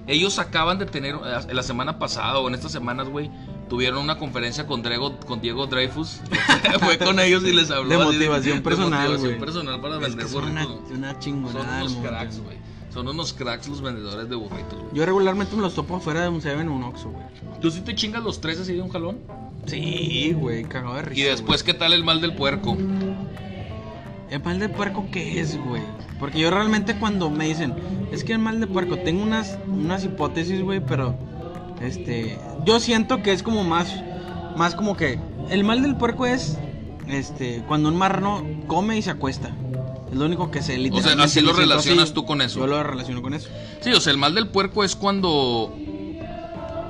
Speaker 1: ellos acaban de tener, eh, la semana pasada o en estas semanas, güey, tuvieron una conferencia con, Drego, con Diego Dreyfus. (laughs) Fue con ellos y les habló.
Speaker 2: De
Speaker 1: así
Speaker 2: motivación personal,
Speaker 1: De motivación
Speaker 2: güey.
Speaker 1: personal para
Speaker 2: Es
Speaker 1: vender
Speaker 2: que son una,
Speaker 1: burritos.
Speaker 2: una
Speaker 1: Son
Speaker 2: chingonada.
Speaker 1: unos
Speaker 2: hermano.
Speaker 1: cracks, güey. Son unos cracks los vendedores de burritos, güey.
Speaker 2: Yo regularmente me los topo afuera de un Seven o un Oxxo, güey.
Speaker 1: ¿Tú sí te chingas los tres así de un jalón?
Speaker 2: Sí, güey, cagado de risa.
Speaker 1: Y después, ¿qué tal el mal del puerco?
Speaker 2: güey. ¿El mal de puerco qué es, güey? Porque yo realmente cuando me dicen, es que el mal de puerco, tengo unas, unas hipótesis, güey, pero. Este. Yo siento que es como más. Más como que. El mal del puerco es. Este. Cuando un marrano come y se acuesta. Es lo único que sé, literalmente.
Speaker 1: así lo
Speaker 2: me siento
Speaker 1: relacionas tú con eso.
Speaker 2: Yo lo relaciono con
Speaker 1: (laughs)
Speaker 2: eso.
Speaker 1: Sí, o sea, el mal del puerco es cuando.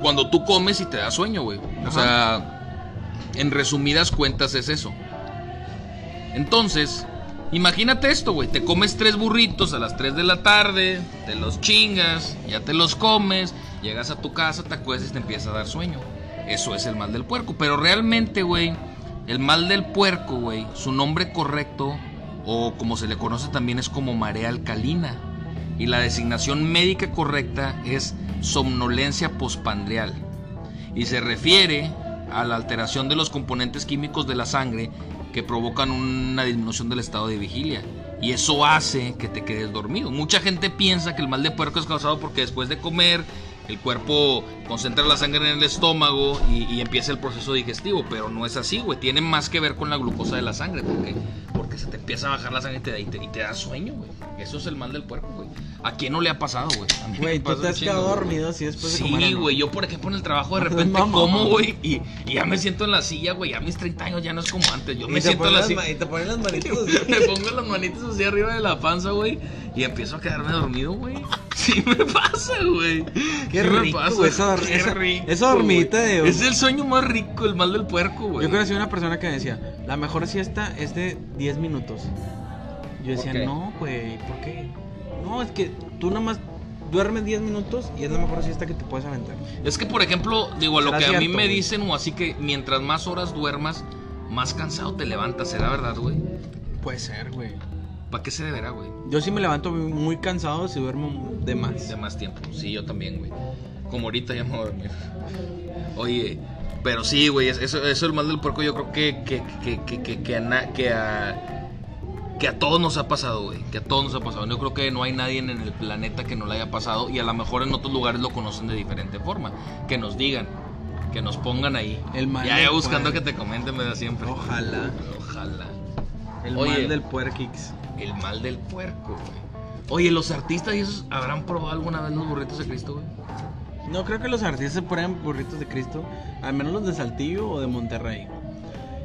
Speaker 1: Cuando tú comes y te da sueño, güey. O
Speaker 2: Ajá.
Speaker 1: sea, en resumidas cuentas es eso. Entonces, imagínate esto, güey. Te comes tres burritos a las 3 de la tarde, te los chingas, ya te los comes, llegas a tu casa, te acuestas y te empieza a dar sueño. Eso es el mal del puerco. Pero realmente, güey, el mal del puerco, güey, su nombre correcto o como se le conoce también es como marea alcalina. Y la designación médica correcta es somnolencia postpandrial y se refiere a la alteración de los componentes químicos de la sangre que provocan una disminución del estado de vigilia. Y eso hace que te quedes dormido. Mucha gente piensa que el mal de puerco es causado porque después de comer el cuerpo concentra la sangre en el estómago y, y empieza el proceso digestivo. Pero no es así, güey. Tiene más que ver con la glucosa de la sangre. Porque, porque se te empieza a bajar la sangre y te, da- y te- y te da sueño, güey. Eso es el mal del puerco, güey. ¿A quién no le ha pasado, güey? A mí me
Speaker 2: Güey, tú
Speaker 1: pasa
Speaker 2: te
Speaker 1: un
Speaker 2: has
Speaker 1: chingo,
Speaker 2: quedado
Speaker 1: güey.
Speaker 2: dormido así después de comer.
Speaker 1: Sí,
Speaker 2: o no?
Speaker 1: güey, yo por ejemplo en el trabajo de
Speaker 2: (laughs) No seas
Speaker 1: repente
Speaker 2: mamón.
Speaker 1: como, güey, y, y ya me siento en la silla, güey, ya a mis 30 años ya no es como antes, yo
Speaker 2: Y
Speaker 1: me
Speaker 2: te
Speaker 1: siento
Speaker 2: ponen
Speaker 1: en la
Speaker 2: las
Speaker 1: silla.
Speaker 2: ma- Y te ponen las manitas.
Speaker 1: (laughs)
Speaker 2: así.
Speaker 1: Me pongo las manitas así arriba de la panza, güey, y empiezo a quedarme dormido, güey. Sí me pasa, güey.
Speaker 2: Qué
Speaker 1: Sí me
Speaker 2: rico,
Speaker 1: pasa.
Speaker 2: güey, esa-
Speaker 1: Qué
Speaker 2: esa-
Speaker 1: rico,
Speaker 2: esa dormidita
Speaker 1: güey.
Speaker 2: de-
Speaker 1: Es el sueño más rico, el mal del puerco, güey.
Speaker 2: Yo conocí a una persona que me decía, la mejor siesta es de 10 minutos. Yo decía,
Speaker 1: qué?
Speaker 2: no, güey, ¿por qué? No, es que tú nomás duermes 10 minutos y es la mejor siesta que te puedes aventar.
Speaker 1: Es que, por ejemplo, digo, a lo
Speaker 2: Será
Speaker 1: que a mí
Speaker 2: cierto,
Speaker 1: me
Speaker 2: güey.
Speaker 1: dicen, o así que mientras más horas duermas, más cansado te levantas, ¿será verdad, güey?
Speaker 2: Puede ser, güey.
Speaker 1: ¿Para qué se deberá, güey?
Speaker 2: Yo sí me levanto muy cansado si duermo de más.
Speaker 1: De más tiempo. Sí, yo también, güey. Como ahorita ya me voy a dormir. Oye, pero sí, güey, es- eso, eso el mal del puerco yo creo que, que, que, que, que, que a, na- que a que a todos nos ha pasado, güey. Que a todos nos ha pasado. Yo creo que no hay nadie en el planeta que no le haya pasado y a lo mejor en otros lugares lo conocen de diferente forma. Que nos digan, que nos pongan ahí.
Speaker 2: El mal
Speaker 1: Ya,
Speaker 2: del
Speaker 1: ya buscando que
Speaker 2: puerco.
Speaker 1: te comenten, ¿verdad? Siempre.
Speaker 2: Ojalá.
Speaker 1: Ojalá.
Speaker 2: El
Speaker 1: Oye.
Speaker 2: mal del puerquix.
Speaker 1: El mal del puerco, güey. Oye, ¿los artistas y esos habrán probado alguna vez los burritos de Cristo, güey?
Speaker 2: No creo que los artistas se ponen burritos de Cristo, al menos los de Saltillo o de Monterrey.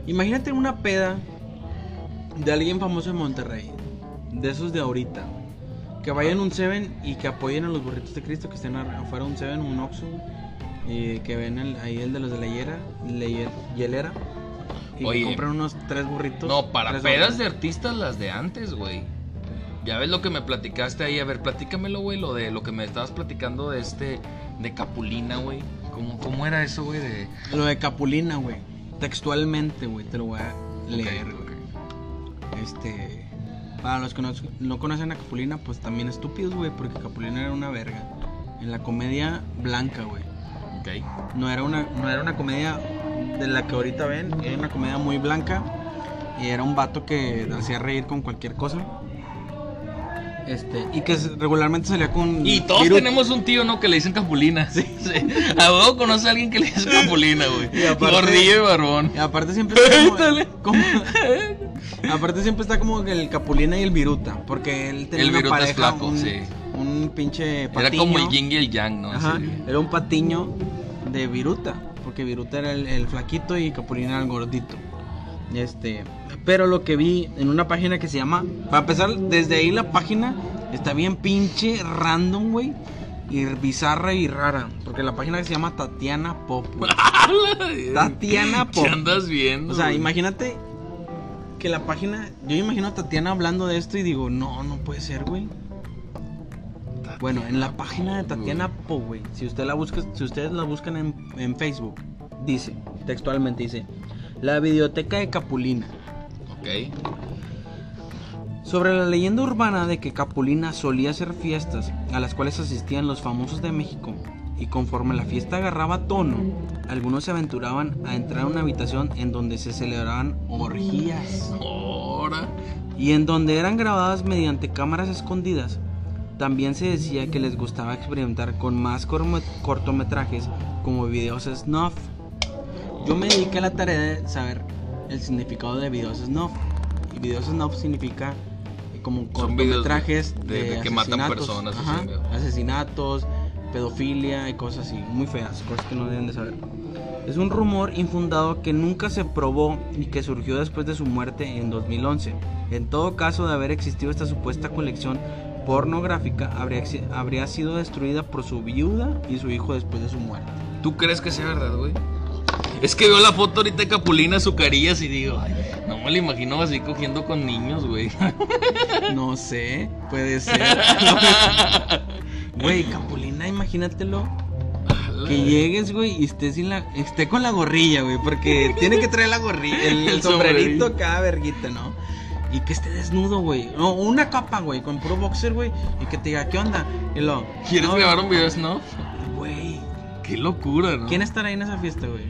Speaker 2: Imagínate una peda de alguien famoso de Monterrey, de esos de ahorita, que vayan a un Seven y que apoyen a los burritos de Cristo, que estén ar- afuera de un Seven, un Oxxo, eh, que ven el- ahí el de los de la hielera, la hiel- hielera, y
Speaker 1: Oye.
Speaker 2: que compren unos tres burritos.
Speaker 1: No, para
Speaker 2: tres
Speaker 1: pedas
Speaker 2: órdenes.
Speaker 1: de artistas las de antes, güey. Ya ves lo que me platicaste ahí, a ver, platícamelo, güey, lo de lo que me estabas platicando de este de Capulina, güey. ¿Cómo, cómo era eso, güey? De...
Speaker 2: Lo de Capulina, güey. Textualmente, güey, te lo voy a leer,
Speaker 1: Ok,
Speaker 2: güey.
Speaker 1: ok.
Speaker 2: Este. Para los que no, no conocen a Capulina, pues también estúpidos, güey, porque Capulina era una verga. En la comedia blanca, güey.
Speaker 1: Ok.
Speaker 2: No era una, no era una comedia de la que ahorita ven, era una comedia muy blanca. Y era un vato que hacía reír con cualquier cosa. Este, y que se- regularmente salía con.
Speaker 1: Y todos
Speaker 2: viru-
Speaker 1: tenemos un tío, ¿no? Que le dicen Capulina. (laughs) Sí. A huevo conoce a alguien que le dicen Capulina, güey.
Speaker 2: Y aparte-
Speaker 1: Gordillo y barbón.
Speaker 2: Y aparte
Speaker 1: (laughs)
Speaker 2: siempre está
Speaker 1: Dale.
Speaker 2: como, (laughs) como- aparte siempre está como el Capulina y el Viruta, porque él tenía
Speaker 1: El
Speaker 2: una
Speaker 1: Viruta es
Speaker 2: pareja,
Speaker 1: flaco,
Speaker 2: un,
Speaker 1: sí.
Speaker 2: un pinche patiño.
Speaker 1: Era como el yin y el yang, ¿no?
Speaker 2: Ajá,
Speaker 1: Sí.
Speaker 2: era un patiño de Viruta, porque Viruta era el, el flaquito y Capulina era el gordito. Este, pero lo que vi en una página que se llama, para empezar, desde ahí la página está bien pinche random, güey, y bizarra y rara, porque la página que se llama Tatiana Pop. güey. Tatiana Pop.
Speaker 1: (laughs) ¿Qué andas viendo?
Speaker 2: O sea,
Speaker 1: güey?
Speaker 2: imagínate que la página. Yo imagino a Tatiana hablando de esto y digo, no, no puede ser, güey. Bueno, en la página de Tatiana Po, güey, si usted la busca, si ustedes la buscan en, en Facebook, dice, textualmente dice, la biblioteca de Capulina.
Speaker 1: Ok.
Speaker 2: Sobre la leyenda urbana de que Capulina solía hacer fiestas a las cuales asistían los famosos de México, y conforme la fiesta agarraba tono, algunos se aventuraban a entrar a una habitación en donde se celebraban orgías.
Speaker 1: Ahora.
Speaker 2: y en donde eran grabadas mediante cámaras escondidas. También se decía que les gustaba experimentar con más cormo- cortometrajes como videos snuff. Yo me dediqué a la tarea de saber el significado de videos snuff. Y videos snuff significa eh, como
Speaker 1: Son videos
Speaker 2: cortometrajes
Speaker 1: de- de que matan
Speaker 2: asesinatos.
Speaker 1: personas,
Speaker 2: Ajá,
Speaker 1: así, ¿no?
Speaker 2: asesinatos, pedofilia y cosas así, muy feas, cosas que no deben de saber. Es un rumor infundado que nunca se probó y que surgió después de su muerte en 2011. En todo caso de haber existido esta supuesta colección pornográfica, habría, exi- habría sido destruida por su viuda y su hijo después de su muerte.
Speaker 1: ¿Tú crees que sea verdad, güey? Es que veo la foto ahorita de Capulina Azucarillas y digo, ay, no me la imagino así cogiendo con niños, güey. (laughs)
Speaker 2: No sé, puede ser. Güey, Capulina, imagínatelo. Que llegues, güey, y esté, sin la, esté con la gorrilla, güey, porque tiene que traer la gorrilla, el, el
Speaker 1: El
Speaker 2: sombrerito
Speaker 1: sombrerito.
Speaker 2: acá, verguita, ¿no? y que esté desnudo, güey. No, una capa, güey, con puro boxer, güey. Y que te diga, ¿qué onda? Y lo.
Speaker 1: ¿Quieres
Speaker 2: no,
Speaker 1: grabar un video snuff?
Speaker 2: Güey.
Speaker 1: Qué locura, ¿no?
Speaker 2: ¿Quién estará ahí en esa fiesta, güey?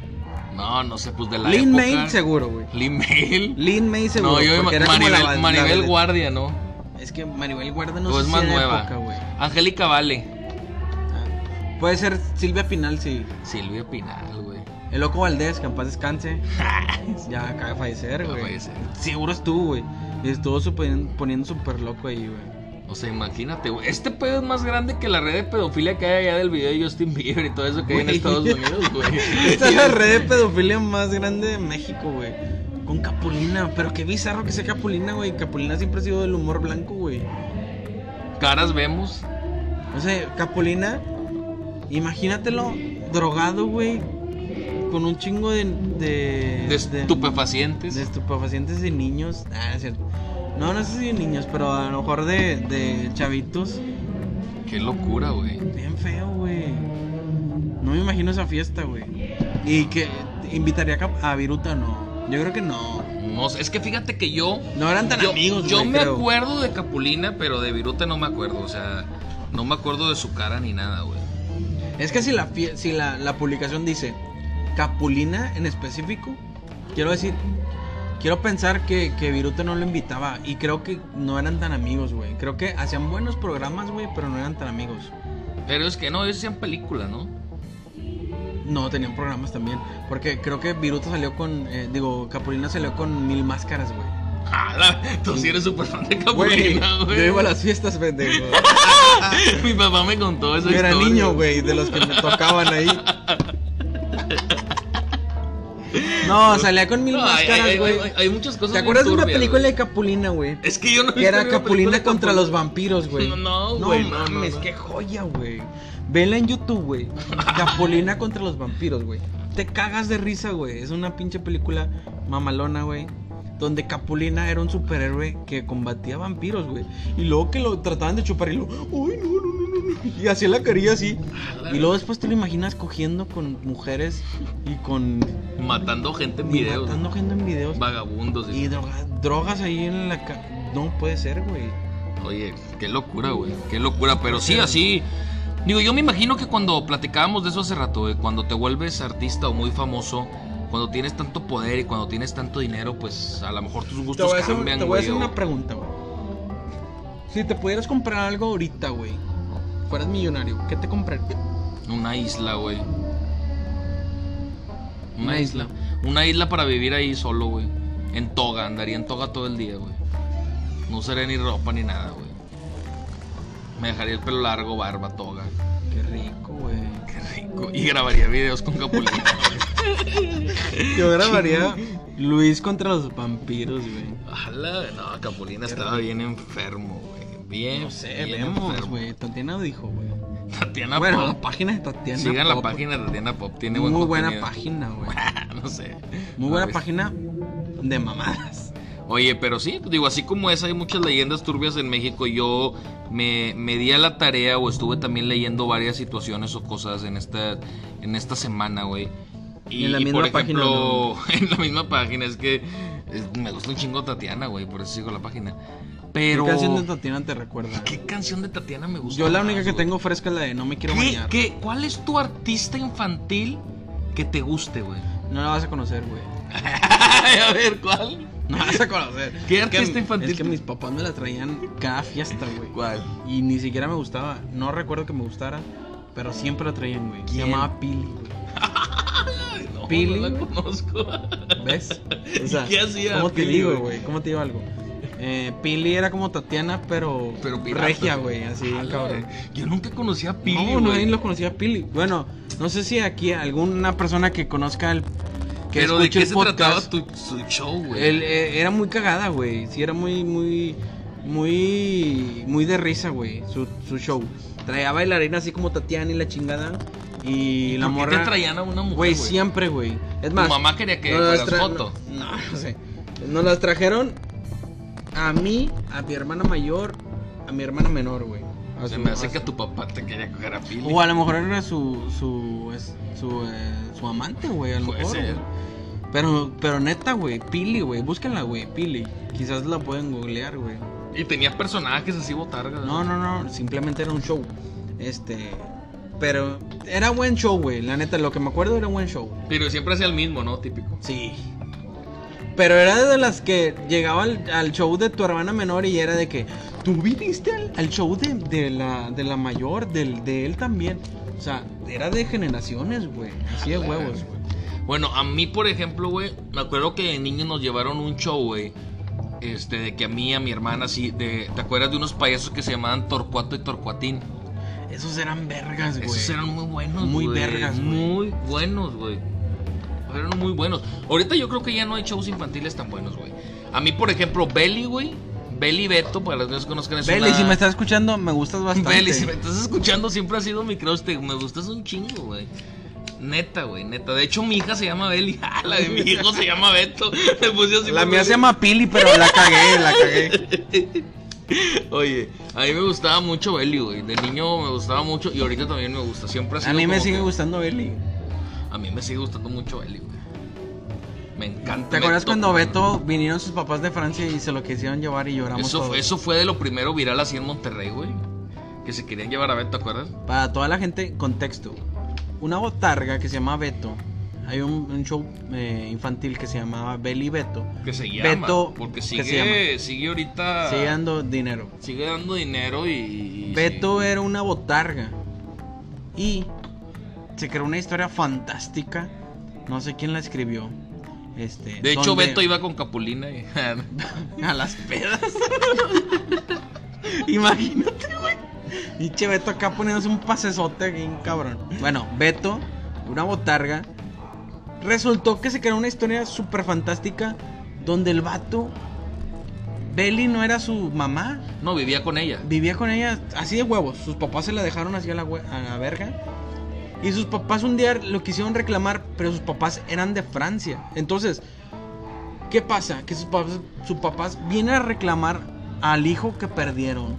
Speaker 1: No, no sé, pues de la
Speaker 2: Lin
Speaker 1: época.
Speaker 2: May, seguro, güey.
Speaker 1: Lin Mail.
Speaker 2: Lin May, seguro.
Speaker 1: no, yo
Speaker 2: porque
Speaker 1: me
Speaker 2: era como la
Speaker 1: Maribel,
Speaker 2: ba- la
Speaker 1: Maribel
Speaker 2: vedette.
Speaker 1: Guardia, ¿no?
Speaker 2: Es que Maribel Guarda no
Speaker 1: O
Speaker 2: sé
Speaker 1: es
Speaker 2: si
Speaker 1: más
Speaker 2: era
Speaker 1: nueva.
Speaker 2: época, güey.
Speaker 1: Angélica Vale.
Speaker 2: Ah, Puede ser Silvia Pinal, sí.
Speaker 1: Silvia Pinal, güey.
Speaker 2: El loco Valdés, que en
Speaker 1: (laughs)
Speaker 2: paz descanse. ya acaba de fallecer,
Speaker 1: Acaba de
Speaker 2: güey.
Speaker 1: fallecer.
Speaker 2: Seguro estuvo, güey. Y Estuvo super- poniendo súper loco
Speaker 1: (laughs)
Speaker 2: ahí, güey.
Speaker 1: O sea, imagínate, güey. Este pedo es más grande que la red de pedofilia que hay allá del video de Justin Bieber y todo eso que hay en
Speaker 2: Güey.
Speaker 1: Estados Unidos,
Speaker 2: (laughs)
Speaker 1: güey.
Speaker 2: Esta es la red de pedofilia más grande de México, güey. Con Capulina, pero qué bizarro que sea Capulina, güey. Capulina siempre ha sido del humor blanco, güey.
Speaker 1: Caras vemos.
Speaker 2: O sea, Capulina, imagínatelo drogado, güey. Con un chingo de. De,
Speaker 1: De
Speaker 2: de-
Speaker 1: estupefacientes.
Speaker 2: de estupefacientes de niños. Ah, es cierto. No, no sé si de niños, pero a lo mejor de, de chavitos.
Speaker 1: Qué locura, güey.
Speaker 2: Bien feo, güey. No me imagino esa fiesta, güey. ¿Y que invitaría a Cap- a Viruta no? Yo creo que no.
Speaker 1: No sé, es que fíjate que yo.
Speaker 2: No eran tan
Speaker 1: yo,
Speaker 2: amigos,
Speaker 1: Yo
Speaker 2: güey,
Speaker 1: me
Speaker 2: creo.
Speaker 1: acuerdo de Capulina, pero de Viruta no me acuerdo. O sea, no me acuerdo de su cara ni nada, güey.
Speaker 2: Es que si la, fie- si la, la publicación dice Capulina en específico, quiero decir, quiero pensar que, que Viruta no lo invitaba y creo que no eran tan amigos, güey. Creo que hacían buenos programas, güey, pero no eran tan amigos.
Speaker 1: Pero es que no, ellos hacían películas, ¿no?
Speaker 2: No, tenían programas también, porque creo que Viruta salió con, eh, digo, Capulina salió con mil máscaras, güey.
Speaker 1: Jala, tú sí eres súper fan de
Speaker 2: Güey,
Speaker 1: Capulina, güey.
Speaker 2: yo iba a las
Speaker 1: (laughs)
Speaker 2: fiestas, pendejo.
Speaker 1: Mi papá me contó esa
Speaker 2: Yo era
Speaker 1: historia.
Speaker 2: niño, güey, de los que me tocaban ahí. No, salía con mil
Speaker 1: No, hay- hay,
Speaker 2: máscaras,
Speaker 1: hay-
Speaker 2: güey.
Speaker 1: hay- hay muchas cosas.
Speaker 2: ¿Te
Speaker 1: bien
Speaker 2: acuerdas de una
Speaker 1: turbias,
Speaker 2: película
Speaker 1: güey.
Speaker 2: de Capulina, güey?
Speaker 1: Es que yo no he
Speaker 2: Que
Speaker 1: visto
Speaker 2: era
Speaker 1: ninguna película
Speaker 2: Capulina
Speaker 1: de
Speaker 2: contra
Speaker 1: Capulina.
Speaker 2: los vampiros, güey.
Speaker 1: No, no, güey, no, no,
Speaker 2: mames,
Speaker 1: no.
Speaker 2: qué joya, güey. Vela en YouTube, güey.
Speaker 1: (laughs)
Speaker 2: Capulina contra los vampiros, güey. Te cagas de risa, güey. Es una pinche película mamalona, güey. Donde Capulina era un superhéroe que combatía vampiros, güey. Y luego que lo trataban de chupar y luego, ¡ay, no, no, no, no! no", Y hacía la carilla así. Y luego después te lo imaginas cogiendo con mujeres y con.
Speaker 1: Matando gente en
Speaker 2: y
Speaker 1: videos.
Speaker 2: matando gente en videos.
Speaker 1: Vagabundos. y-
Speaker 2: Y droga- drogas ahí en la ca- No puede ser, güey.
Speaker 1: Oye, qué locura, güey. Qué locura. Pero sí, así. Digo, yo me imagino que cuando platicábamos de eso hace rato, güey, cuando te vuelves artista o muy famoso, cuando tienes tanto poder y cuando tienes tanto dinero, pues a lo mejor tus
Speaker 2: Te
Speaker 1: gustos
Speaker 2: voy a hacer,
Speaker 1: cambian,
Speaker 2: te voy
Speaker 1: güey.
Speaker 2: a hacer
Speaker 1: o-
Speaker 2: una pregunta, güey. Si te pudieras comprar algo ahorita, güey. Fueras millonario, ¿qué te comprarías?
Speaker 1: Una isla, güey. Una,
Speaker 2: Una
Speaker 1: isla. Una isla para vivir ahí solo, güey. En toga, andaría en toga todo el día, güey. No usaría ni ropa ni nada, güey. Me dejaría el pelo largo, barba, toga. (laughs)
Speaker 2: Qué rico, güey.
Speaker 1: Qué rico. Y grabaría videos con Capulina.
Speaker 2: Yo grabaría Luis contra los vampiros, güey.
Speaker 1: Ala, no, Capulina estaba bien enfermo, güey. Bien,
Speaker 2: No sé,
Speaker 1: bien
Speaker 2: vemos,
Speaker 1: enfermo.
Speaker 2: güey. Tatiana dijo, güey.
Speaker 1: (laughs) Tatiana
Speaker 2: bueno, la
Speaker 1: Pop.
Speaker 2: página de Tatiana.
Speaker 1: pues, Sigan la
Speaker 2: Pop.
Speaker 1: página de Tatiana Pop. Tiene
Speaker 2: Muy
Speaker 1: buen
Speaker 2: buena
Speaker 1: contenido.
Speaker 2: página,
Speaker 1: (laughs)
Speaker 2: güey.
Speaker 1: no sé. No,
Speaker 2: Muy buena
Speaker 1: es-
Speaker 2: página de mamadas.
Speaker 1: Oye, pero sí, digo, así como esa, hay muchas leyendas turbias en México. Yo me, me di a la tarea o estuve también leyendo varias situaciones o cosas en esta, en esta semana, güey.
Speaker 2: En la misma
Speaker 1: por
Speaker 2: página,
Speaker 1: ejemplo, (laughs) en la misma página, es que es- me gusta un chingo Tatiana, güey, por eso sigo la página. Pero.
Speaker 2: ¿Qué canción de Tatiana te recuerda?
Speaker 1: ¿Qué canción de Tatiana me gusta?
Speaker 2: Yo la
Speaker 1: más,
Speaker 2: única que
Speaker 1: güey?
Speaker 2: tengo fresca es la de No me quiero
Speaker 1: ¿Qué,
Speaker 2: bañar.
Speaker 1: qué- cuál es tu artista infantil que te guste,
Speaker 2: (laughs)
Speaker 1: güey?
Speaker 2: No la vas a conocer, güey.
Speaker 1: a ver, ¿cuál?
Speaker 2: No la vas a conocer.
Speaker 1: ¿Qué
Speaker 2: Es que-
Speaker 1: artista infantil
Speaker 2: Es que
Speaker 1: te-
Speaker 2: mis papás me la traían cada fiesta, güey.
Speaker 1: ¿Cuál?
Speaker 2: Y ni siquiera me gustaba. No recuerdo que me gustara, pero siempre la traían, güey. Se
Speaker 1: ¿Quién?
Speaker 2: llamaba Pili, güey.
Speaker 1: No,
Speaker 2: Pili,
Speaker 1: no la
Speaker 2: güey.
Speaker 1: conozco. (laughs)
Speaker 2: ¿Ves? O sea,
Speaker 1: ¿Qué hacía
Speaker 2: ¿Cómo te
Speaker 1: Pili,
Speaker 2: digo,
Speaker 1: güey?
Speaker 2: güey? ¿Cómo te digo algo? Eh, Pili era como Tatiana, pero,
Speaker 1: Pero pirata,
Speaker 2: regia,
Speaker 1: (laughs)
Speaker 2: güey. Así,
Speaker 1: Ala,
Speaker 2: cabrón.
Speaker 1: Yo nunca conocí a Pili,
Speaker 2: no,
Speaker 1: güey.
Speaker 2: nadie lo conocía Pili. Bueno, no sé si aquí alguna persona que conozca el. Que
Speaker 1: Pero ¿de
Speaker 2: escuche
Speaker 1: qué
Speaker 2: el
Speaker 1: se
Speaker 2: podcast,
Speaker 1: trataba tu, su show, güey?
Speaker 2: Él, eh, era muy cagada, güey. Sí, era muy, muy, muy, muy de risa, güey. Su, su show. Traía bailarina así como Tatiana y la chingada. Y,
Speaker 1: ¿Por
Speaker 2: la
Speaker 1: qué
Speaker 2: morra.
Speaker 1: te traían a una mujer,
Speaker 2: Güey,
Speaker 1: güey?
Speaker 2: siempre, güey. Es
Speaker 1: Tu
Speaker 2: más.
Speaker 1: mamá quería que
Speaker 2: nos las
Speaker 1: fueras
Speaker 2: tra-
Speaker 1: foto.
Speaker 2: No, no, (laughs) no sé. Nos las trajeron a mí, a mi hermana mayor, a mi hermana menor, güey. A
Speaker 1: Se
Speaker 2: su-
Speaker 1: me
Speaker 2: a
Speaker 1: hace que
Speaker 2: su-
Speaker 1: tu papá te quería coger a Pili.
Speaker 2: O a lo mejor era su, su, es- su, eh, su amante, güey. A lo
Speaker 1: Puede
Speaker 2: mejor.
Speaker 1: ser.
Speaker 2: güey. Pero, pero neta, güey, Pili, güey, búsquenla, güey, Pili. Quizás la pueden googlear, güey.
Speaker 1: Y tenía personajes así botargas.
Speaker 2: No, no, no, simplemente era un show. Este, pero era buen show, güey. La neta, lo que me acuerdo era buen show.
Speaker 1: Pero siempre hacía el mismo, ¿no? Típico.
Speaker 2: Sí. Pero era de las que llegaba al, al show de tu hermana menor y era de que tú viniste al, al show de, de la, de la mayor, del, de él también. O sea, era de generaciones, güey. Así de
Speaker 1: Ah, claro.
Speaker 2: huevos, güey.
Speaker 1: Bueno, a mí, por ejemplo, güey, me acuerdo que de niño nos llevaron un show, güey. Este, de que a mí, a mi hermana, sí, de, ¿te acuerdas de unos payasos que se llamaban Torcuato y Torcuatín?
Speaker 2: Esos eran vergas, güey.
Speaker 1: Esos eran muy buenos,
Speaker 2: Muy
Speaker 1: güey.
Speaker 2: vergas, güey.
Speaker 1: Muy buenos, güey. Eran muy buenos. Ahorita yo creo que ya no hay shows infantiles tan buenos, güey. A mí, por ejemplo, Belly, güey. Belly Beto, para los que no conozcan, es
Speaker 2: Beli,
Speaker 1: una-
Speaker 2: si me estás escuchando,
Speaker 1: (laughs)
Speaker 2: me gustas bastante.
Speaker 1: Beli, si me estás escuchando, siempre ha sido mi crush. te- Me gustas un chingo, güey. Neta, güey, neta. De hecho, mi hija se llama Beli. (laughs) Ah, la de mi hijo se llama Beto. Le puse así
Speaker 2: La
Speaker 1: por
Speaker 2: mía
Speaker 1: Beli.
Speaker 2: se llama Pili, pero la cagué, la cagué.
Speaker 1: Oye, a mí me gustaba mucho Beli, güey. De niño me gustaba mucho y ahorita también me gusta. Siempre ha sido
Speaker 2: (laughs) A mí me
Speaker 1: como
Speaker 2: sigue
Speaker 1: que-
Speaker 2: gustando Beli.
Speaker 1: A mí me sigue gustando mucho Beli, güey. Me encanta.
Speaker 2: ¿Te acuerdas
Speaker 1: Beto,
Speaker 2: cuando
Speaker 1: güey.
Speaker 2: Beto vinieron sus papás de Francia y se lo quisieron llevar y lloramos
Speaker 1: Eso,
Speaker 2: todos?
Speaker 1: fue- eso fue de lo primero viral así en Monterrey, güey. Que se querían llevar a Beto, ¿te acuerdas?
Speaker 2: Para toda la gente, contexto. Una botarga que se llama Beto. Hay un, un show eh, infantil que se llamaba Beli Beto.
Speaker 1: Que se llama.
Speaker 2: Beto,
Speaker 1: porque
Speaker 2: que
Speaker 1: sigue,
Speaker 2: se llama.
Speaker 1: sigue ahorita.
Speaker 2: Sigue dando dinero.
Speaker 1: Sigue dando dinero y. y-
Speaker 2: Beto
Speaker 1: sí.
Speaker 2: era una botarga. Y se creó una historia fantástica. No sé quién la escribió. Este,
Speaker 1: De hecho,
Speaker 2: donde-
Speaker 1: Beto iba con Capulina. y- (laughs)
Speaker 2: A las pedas. Imagínate, güey. Pinche Beto acá poniéndose un pasesote bien cabrón. Bueno, Beto, una botarga. Resultó que se creó una historia súper fantástica donde el vato. Belly no era su mamá,
Speaker 1: no, vivía con ella.
Speaker 2: vivía con ella así de huevos. Sus papás se la dejaron así a la, hue- a la verga. Y sus papás un día lo quisieron reclamar, pero sus papás eran de Francia. Entonces, ¿qué pasa? Que sus papás, sus papás vienen a reclamar al hijo que perdieron.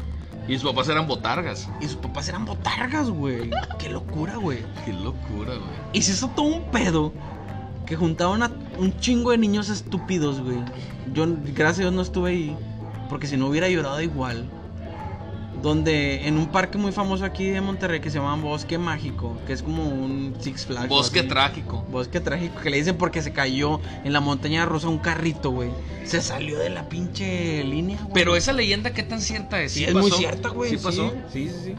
Speaker 1: Y sus papás eran botargas.
Speaker 2: Y sus papás eran botargas, güey. Qué locura, güey.
Speaker 1: Qué locura, güey.
Speaker 2: Y se hizo todo un pedo que juntaron a un chingo de niños estúpidos, güey. Yo, gracias a Dios, no estuve ahí. Porque si no hubiera llorado igual. Donde en un parque muy famoso aquí de Monterrey que se llama Bosque Mágico, que es como un Six Flags. o
Speaker 1: Bosque
Speaker 2: así.
Speaker 1: trágico.
Speaker 2: Bosque trágico, que le dicen porque se cayó en la montaña rusa un carrito, güey. Se salió de la pinche línea, güey.
Speaker 1: Pero esa leyenda, ¿qué tan cierta es?
Speaker 2: sí,
Speaker 1: ¿Sí
Speaker 2: es
Speaker 1: pasó?
Speaker 2: muy cierta, güey.
Speaker 1: Sí pasó.
Speaker 2: Sí, sí, sí.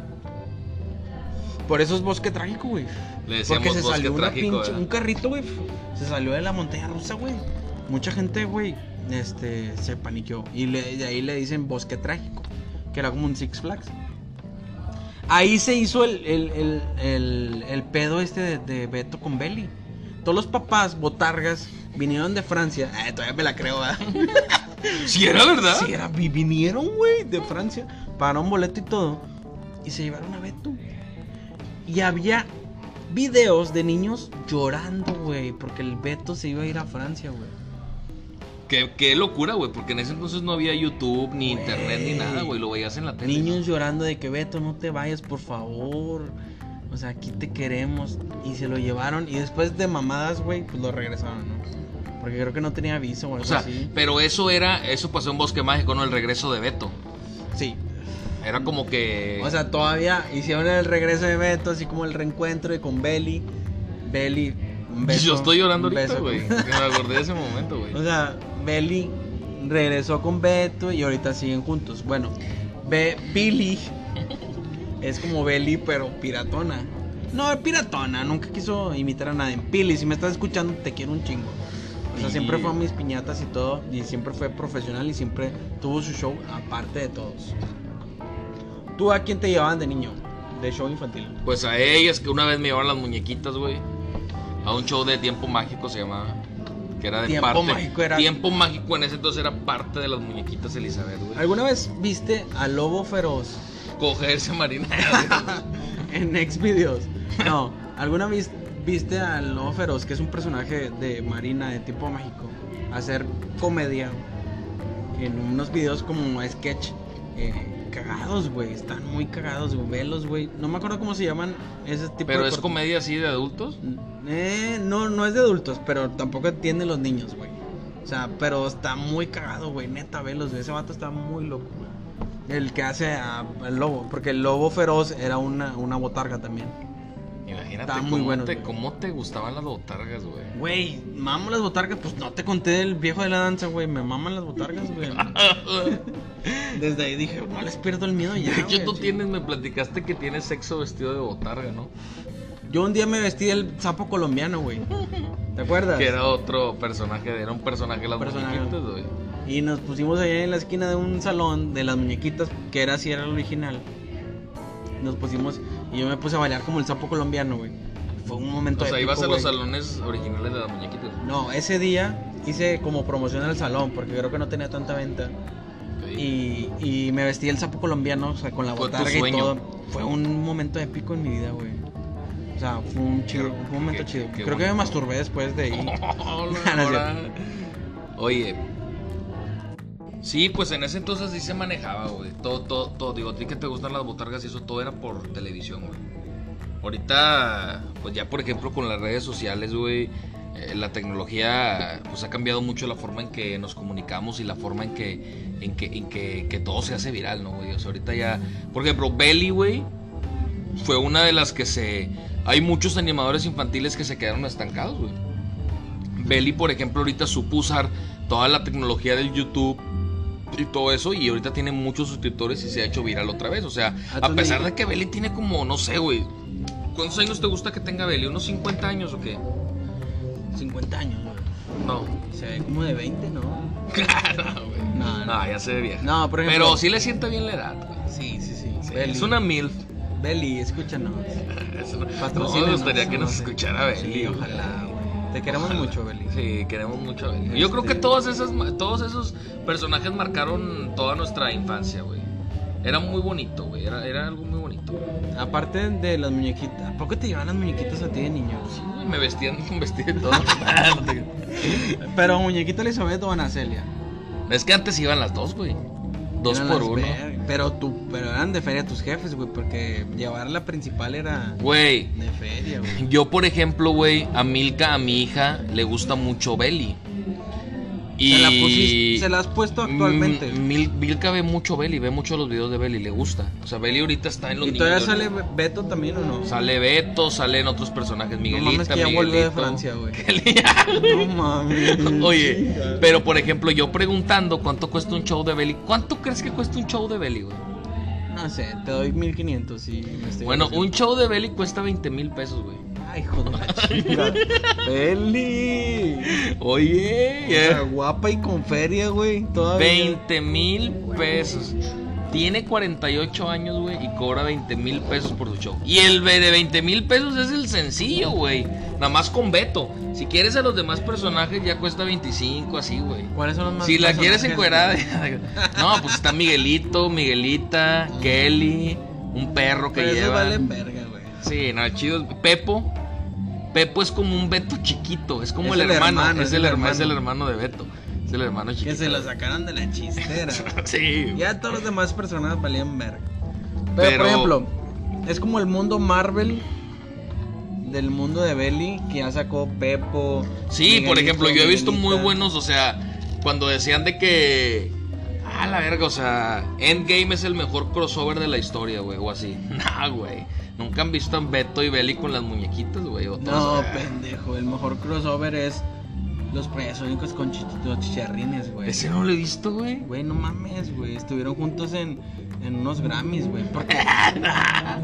Speaker 2: Por eso es Bosque Trágico, güey.
Speaker 1: Le decíamos
Speaker 2: Porque se
Speaker 1: bosque
Speaker 2: salió una
Speaker 1: trágico.
Speaker 2: pinche-
Speaker 1: ¿verdad?
Speaker 2: un carrito, güey. Se salió de la montaña rusa, güey. Mucha gente, güey, este, se paniqueó. Y le- de ahí le dicen bosque trágico, que era como un Six Flags. Ahí se hizo el, el, el- el- el pedo este de, de Beto con Belly. Todos los papás, botargas, vinieron de Francia. Eh, todavía me la creo, ¿verdad?
Speaker 1: Sí, era verdad.
Speaker 2: Sí, era, vi- vinieron, güey, de Francia, pagaron boleto y todo, y se llevaron a Beto. Y había videos de niños llorando, güey, porque el Beto se iba a ir a Francia, güey.
Speaker 1: Qué, qué locura, güey. Porque en ese entonces no había YouTube, ni internet, ni nada, güey. Lo veías en la tele.
Speaker 2: Niños llorando de que Beto, no te vayas, por favor. O sea, aquí te queremos. Y se lo llevaron, y después de mamadas, güey, pues lo regresaron, ¿no? Porque creo que no tenía aviso o algo
Speaker 1: O sea,
Speaker 2: así.
Speaker 1: pero eso era, eso pasó en Bosque Mágico, no el regreso de Beto.
Speaker 2: Sí,
Speaker 1: Era como que.
Speaker 2: O sea, todavía hicieron el regreso de Beto, así como el reencuentro de con Belly. Belly. un beso,
Speaker 1: yo estoy llorando
Speaker 2: un
Speaker 1: ahorita,
Speaker 2: beso (laughs)
Speaker 1: güey.
Speaker 2: con-
Speaker 1: Me acordé de ese momento, güey.
Speaker 2: O sea, Belly regresó con Beto y ahorita siguen juntos. Bueno, Be Billy es como Belly, pero piratona. No, es piratona, nunca quiso imitar a nadie. Pili, si me estás escuchando, te quiero un chingo. O sea, siempre
Speaker 1: Sí.
Speaker 2: fue a mis piñatas y todo, y siempre fue profesional y siempre tuvo su show aparte de todos. ¿Tú a quién te llevaban de niño? De show infantil.
Speaker 1: Pues a ellas que una vez me llevaron las muñequitas, güey. A un show de tiempo mágico se llamaba. Que era de
Speaker 2: Tiempo
Speaker 1: parte.
Speaker 2: Mágico era-
Speaker 1: Tiempo mágico en ese entonces era parte de las muñequitas Elizabeth, güey.
Speaker 2: ¿Alguna vez viste a Lobo Feroz
Speaker 1: Cogerse
Speaker 2: (laughs)
Speaker 1: marina.
Speaker 2: en Next Videos. No, ¿alguna vez viste a Lobo Feroz, que es un personaje de Marina de tipo mágico, hacer comedia en unos videos como sketch eh, cagados, güey. Están muy cagados, güey. Velos, güey. No me acuerdo cómo se llaman ese tipo
Speaker 1: Pero
Speaker 2: de
Speaker 1: es
Speaker 2: corti-
Speaker 1: comedia así de adultos.
Speaker 2: Eh, no, no es de adultos, pero tampoco entiende los niños, güey. O sea, pero está muy cagado, güey. Neta, velos, güey. Ese vato está muy loco, güey. El que hace a- al lobo, porque el lobo feroz era una, una botarga también.
Speaker 1: Imagínate
Speaker 2: Está muy
Speaker 1: cómo,
Speaker 2: bueno,
Speaker 1: te,
Speaker 2: güey.
Speaker 1: cómo te gustaban las botargas, güey.
Speaker 2: Güey, mamo las botargas, pues no te conté del viejo de la danza, güey. Me maman las botargas,
Speaker 1: (laughs)
Speaker 2: güey. Desde ahí dije, no les pierdo el
Speaker 1: (laughs)
Speaker 2: miedo ya.
Speaker 1: De hecho,
Speaker 2: güey,
Speaker 1: tú
Speaker 2: sí.
Speaker 1: tienes, me platicaste que tienes sexo vestido de botarga, ¿no?
Speaker 2: Yo un día me vestí del sapo colombiano, güey. ¿Te acuerdas?
Speaker 1: Que era otro personaje, era un personaje de las
Speaker 2: Personaje.
Speaker 1: muñequitas, güey.
Speaker 2: Y nos pusimos allá en la esquina de un salón de las muñequitas, que era así, era el original. Nos pusimos, y yo me puse a bailar como el sapo colombiano, güey. Fue un momento
Speaker 1: O sea,
Speaker 2: épico,
Speaker 1: ibas a los
Speaker 2: güey.
Speaker 1: salones originales de las muñequitas.
Speaker 2: No, ese día hice como promoción al salón, porque creo que no tenía tanta venta.
Speaker 1: Ok. (laughs)
Speaker 2: Y, y me vestí el sapo colombiano, o sea, con la
Speaker 1: Fue tu
Speaker 2: botarga y
Speaker 1: sueño.
Speaker 2: todo. Fue un momento épico en mi vida, güey. O sea, fue un, chido,
Speaker 1: Qué-
Speaker 2: fue un momento
Speaker 1: qué-
Speaker 2: chido.
Speaker 1: qué
Speaker 2: Creo que me
Speaker 1: bonito.
Speaker 2: masturbé después
Speaker 1: (laughs)
Speaker 2: de ahí.
Speaker 1: Hola,
Speaker 2: No, no es
Speaker 1: hola. Oye. Sí, pues en ese entonces sí se manejaba, güey. Todo, todo, todo. Digo, a ti que te gustan las botargas y eso todo era por televisión, güey. Ahorita, pues ya por ejemplo con las redes sociales, güey, eh, la tecnología pues ha cambiado mucho la forma en que nos comunicamos y la forma en que, en que, en que, que todo se hace viral, ¿no, güey? O sea, ahorita ya, por ejemplo, Belly, güey, fue una de las que se... Hay muchos animadores infantiles que se quedaron estancados, güey. Belly, por ejemplo, ahorita supo usar toda la tecnología del YouTube y todo eso, y ahorita tiene muchos suscriptores y se ha hecho viral otra vez. O sea,
Speaker 2: Ah,
Speaker 1: a
Speaker 2: tú
Speaker 1: pesar
Speaker 2: me-
Speaker 1: de que Belly tiene como, no sé, güey. ¿Cuántos años te gusta que tenga Belly? ¿Unos 50 años o qué?
Speaker 2: 50 años, güey.
Speaker 1: No.
Speaker 2: Se ve como de 20, ¿no?
Speaker 1: Claro, Ah, güey.
Speaker 2: No, no.
Speaker 1: ya se ve vieja.
Speaker 2: No, por ejemplo-
Speaker 1: Pero sí le sienta bien la edad, güey.
Speaker 2: Sí, sí, sí.
Speaker 1: Sí,
Speaker 2: Belly.
Speaker 1: Es una MILF.
Speaker 2: Belly, escúchanos.
Speaker 1: Es una- No,
Speaker 2: Patrocínanos,
Speaker 1: me gustaría que
Speaker 2: no
Speaker 1: nos
Speaker 2: sé.
Speaker 1: escuchara Belly.
Speaker 2: Sí,
Speaker 1: güey.
Speaker 2: ojalá, güey. Te queremos
Speaker 1: Ojalá.
Speaker 2: mucho, Belly.
Speaker 1: Sí, queremos mucho a Belly. Yo creo que
Speaker 2: Este-
Speaker 1: todas esas, ma- todos esos personajes marcaron toda nuestra infancia, güey. Era muy bonito, güey. Era, era algo muy bonito. güey.
Speaker 2: Aparte de las muñequitas, ¿a poco te llevan las muñequitas a ti de niño?
Speaker 1: Sí, güey, Me vestían (laughs) con vestido
Speaker 2: (laughs)
Speaker 1: y todo.
Speaker 2: Pero muñequita Elizabeth o Ana Celia.
Speaker 1: es que antes iban las dos, güey. Dos
Speaker 2: Eran
Speaker 1: por
Speaker 2: las
Speaker 1: uno.
Speaker 2: ver- Pero tú, pero eran de feria tus jefes, güey, porque llevar la principal era
Speaker 1: Güey,
Speaker 2: de feria, güey.
Speaker 1: Yo, por ejemplo, güey, a Milka, a mi hija, le gusta mucho Belly. Y Mm,
Speaker 2: Se, la pusiste- se la has puesto actualmente.
Speaker 1: M- Mil- Milka ve mucho Belly, ve mucho los videos de Belly, le gusta. O sea, Belly ahorita está en los
Speaker 2: ¿Y todavía
Speaker 1: niños.
Speaker 2: sale Beto también o no?
Speaker 1: Sale Beto, salen otros personajes, Miguelita,
Speaker 2: no mames, que ya
Speaker 1: Miguelito.
Speaker 2: volvió
Speaker 1: (laughs)
Speaker 2: de Francia, güey. no mames.
Speaker 1: Oye, pero por ejemplo, yo preguntando cuánto cuesta un show de Belly, ¿cuánto crees que cuesta un show de Belly, güey?
Speaker 2: No sé, te doy 1500 y me estoy
Speaker 1: Bueno,
Speaker 2: haciendo-
Speaker 1: un show de Belly cuesta 20 mil pesos,
Speaker 2: (laughs)
Speaker 1: güey.
Speaker 2: Ay, hijo
Speaker 1: (laughs)
Speaker 2: de la chinga. Feli.
Speaker 1: Oye,
Speaker 2: O sea, guapa y con feria, güey. Todavía.
Speaker 1: 20 mil pesos. Tiene 48 años, güey, y cobra 20 mil pesos por su show. Y el ve- de 20 mil pesos es el sencillo, güey. Nada más con Beto. Si quieres a los demás personajes, ya cuesta 25, así, güey.
Speaker 2: ¿Cuáles son los más
Speaker 1: Si la
Speaker 2: personajes?
Speaker 1: quieres encuerada, (laughs) no, pues está Miguelito, Miguelita, Kelly, un perro que
Speaker 2: Ah. Pero eso
Speaker 1: lleva.
Speaker 2: vale verga, güey.
Speaker 1: Sí, no, el chido. es- Pepo. Pepo es como un Beto chiquito. Es como el,
Speaker 2: Es el
Speaker 1: hermano.
Speaker 2: hermano,
Speaker 1: Es el hermano. Es el hermano de Beto. Es el hermano chiquito.
Speaker 2: Que se lo sacaran de la chistera.
Speaker 1: (laughs) Sí. güey.
Speaker 2: ya todos los demás personajes valían verga. Pero,
Speaker 1: Pero-
Speaker 2: por ejemplo, es como el mundo Marvel del mundo de Belly que ya sacó Pepo.
Speaker 1: Sí, por
Speaker 2: Miguelito,
Speaker 1: ejemplo, yo he visto
Speaker 2: Miguelita.
Speaker 1: muy buenos, o sea, cuando decían de que. Ah, la verga, o sea, Endgame es el mejor crossover de la historia, güey, o así. (laughs) Nah, güey. Nunca han visto a Beto y Belly con las muñequitas, güey, o todo
Speaker 2: No,
Speaker 1: eso.
Speaker 2: pendejo, el mejor crossover es los payasónicos con chi- los chicharrines, güey.
Speaker 1: Ese no lo he visto, güey.
Speaker 2: Güey, no mames, güey. Estuvieron juntos en, en unos Grammys, güey. Porque...
Speaker 1: (laughs)